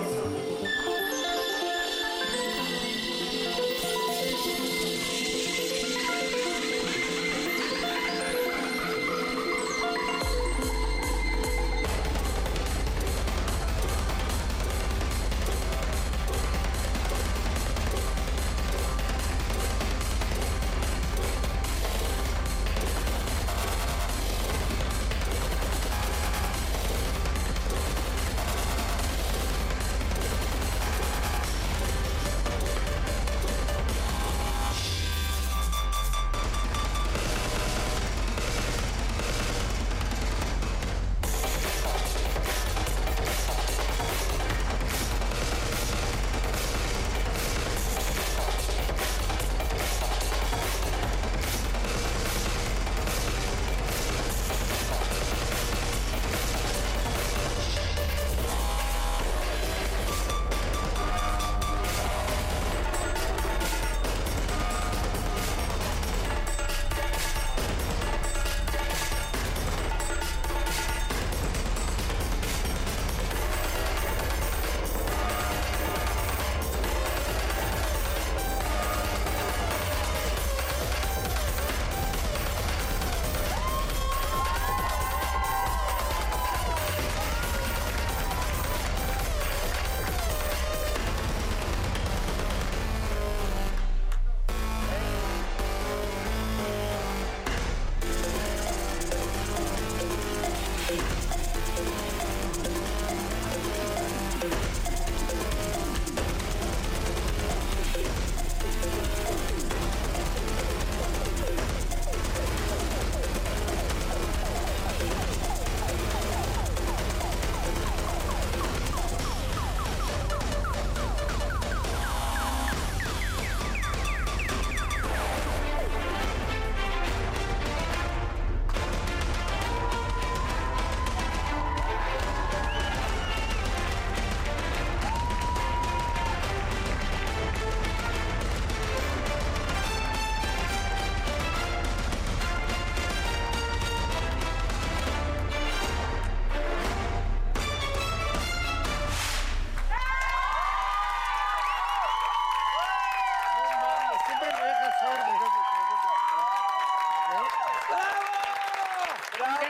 [SPEAKER 8] Ah,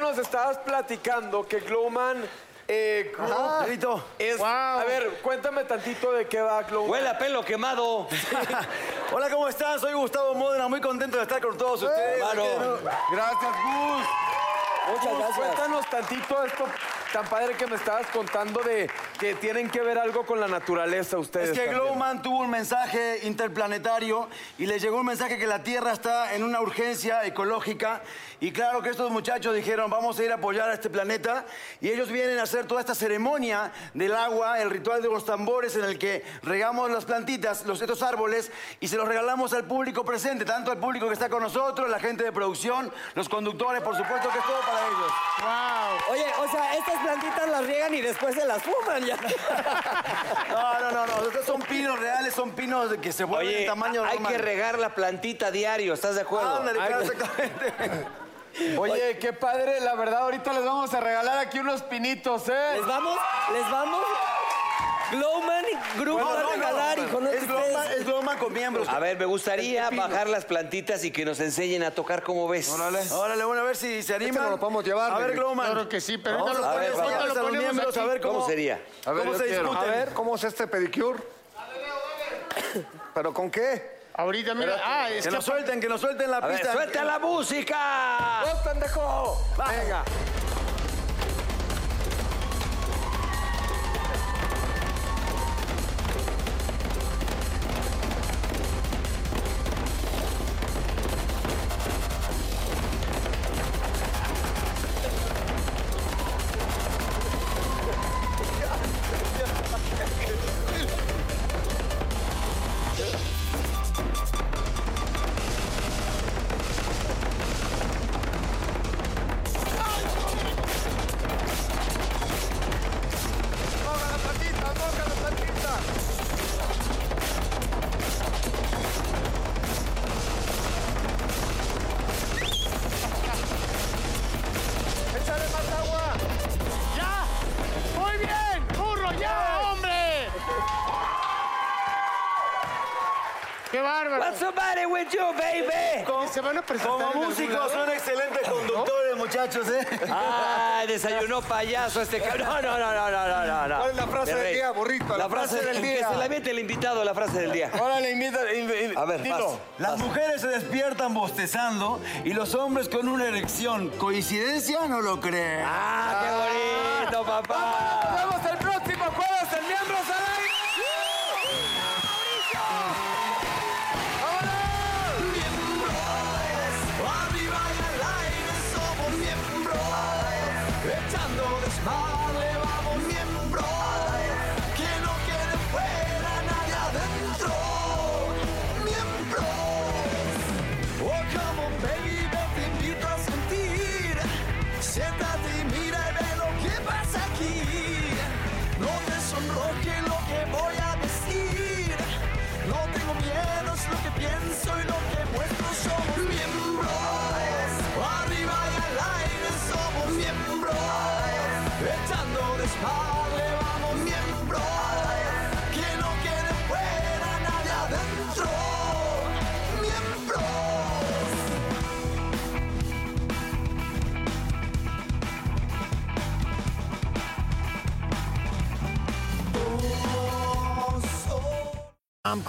[SPEAKER 1] nos estabas platicando que Glowman eh, Group
[SPEAKER 2] Ajá.
[SPEAKER 1] es... A ver, cuéntame tantito de qué va Glowman.
[SPEAKER 2] Huele a pelo quemado.
[SPEAKER 8] Hola, ¿cómo están? Soy Gustavo Módena, muy contento de estar con todos
[SPEAKER 1] Eh,
[SPEAKER 8] ustedes.
[SPEAKER 2] Claro.
[SPEAKER 1] Gracias, Gus.
[SPEAKER 8] Muchas
[SPEAKER 1] Gus,
[SPEAKER 8] gracias.
[SPEAKER 1] Cuéntanos tantito esto tan padre que me estabas contando de que tienen que ver algo con la naturaleza ustedes.
[SPEAKER 8] Es que
[SPEAKER 1] también.
[SPEAKER 8] Glowman tuvo un mensaje interplanetario y le llegó un mensaje que la Tierra está en una urgencia ecológica. Y claro que estos muchachos dijeron, vamos a ir a apoyar a este planeta. Y ellos vienen a hacer toda esta ceremonia del agua, el ritual de los tambores en el que regamos las plantitas, los, estos árboles, y se los regalamos al público presente, tanto al público que está con nosotros, la gente de producción, los conductores, por supuesto que es todo para ellos.
[SPEAKER 4] Oye, o sea, estas plantitas las riegan y después se las fuman ya.
[SPEAKER 8] No, no, no, no, estos son pinos reales, son pinos que se vuelven de
[SPEAKER 2] Oye,
[SPEAKER 8] tamaño
[SPEAKER 2] hay
[SPEAKER 8] normal.
[SPEAKER 2] que regar la plantita diario, ¿estás de acuerdo?
[SPEAKER 8] Ándale, claro,
[SPEAKER 2] Ay,
[SPEAKER 8] exactamente.
[SPEAKER 1] Oye, qué padre, la verdad, ahorita les vamos a regalar aquí unos pinitos, ¿eh?
[SPEAKER 4] ¿Les vamos? ¿Les vamos? Glowman Group
[SPEAKER 8] No,
[SPEAKER 4] va
[SPEAKER 8] no,
[SPEAKER 4] a
[SPEAKER 8] no,
[SPEAKER 4] regalar, hijo, no te
[SPEAKER 8] es Glowman,
[SPEAKER 4] estés.
[SPEAKER 8] es Glowman con miembros.
[SPEAKER 2] A ver, me gustaría bajar las plantitas y que nos enseñen a tocar como ves.
[SPEAKER 8] Órale, bueno, a ver si se anima.
[SPEAKER 3] nos lo podemos llevar,
[SPEAKER 8] A ver,
[SPEAKER 3] Negrito.
[SPEAKER 8] Glowman.
[SPEAKER 5] Claro que sí, pero
[SPEAKER 8] Vamos
[SPEAKER 5] ahorita
[SPEAKER 8] a
[SPEAKER 5] lo
[SPEAKER 8] ver,
[SPEAKER 5] ponemos, ahorita
[SPEAKER 8] vamos a
[SPEAKER 5] lo
[SPEAKER 8] los
[SPEAKER 5] ponemos
[SPEAKER 8] miembros
[SPEAKER 5] aquí.
[SPEAKER 8] a ver cómo,
[SPEAKER 2] ¿Cómo sería?
[SPEAKER 3] A ver,
[SPEAKER 8] cómo
[SPEAKER 3] yo
[SPEAKER 8] se
[SPEAKER 3] quiero.
[SPEAKER 8] discuten.
[SPEAKER 3] A ver, ¿cómo es este pedicure? ¿Pero con qué?
[SPEAKER 5] Ahorita, mira. Ah, es
[SPEAKER 8] Que
[SPEAKER 5] que
[SPEAKER 8] nos suelten, que nos suelten la
[SPEAKER 2] A ver,
[SPEAKER 8] pista.
[SPEAKER 2] suelta la música.
[SPEAKER 1] ¡Oh, pendejo! Venga.
[SPEAKER 5] ¡Ya! ¡Muy bien! ¡Burro, ya, hombre! ¡Qué bárbaro!
[SPEAKER 2] What's the matter with you, baby?
[SPEAKER 5] Se van a presentar en
[SPEAKER 8] Como
[SPEAKER 5] algún
[SPEAKER 8] músicos
[SPEAKER 5] lado.
[SPEAKER 8] son excelentes conductores, muchachos, ¿eh?
[SPEAKER 2] Ay, Ah, desayunó payaso este cabrón. No, no, no, no, no, no, no.
[SPEAKER 3] ¿Cuál es la frase
[SPEAKER 2] Me
[SPEAKER 3] del
[SPEAKER 2] reí.
[SPEAKER 3] día, burrito?
[SPEAKER 2] La, frase, del día. Que se la mete el invitado, la frase del día.
[SPEAKER 1] Órale, invita, inv-
[SPEAKER 2] A ver,
[SPEAKER 1] dilo.
[SPEAKER 2] vas.
[SPEAKER 8] Las mujeres se despiertan bostezando y los hombres con una erección. ¿Coincidencia? No lo creen.
[SPEAKER 2] Ah, qué bonito, papá.
[SPEAKER 1] Nos vemos el próximo jueves en Miembros al Aire.
[SPEAKER 6] Oh,
[SPEAKER 9] I'm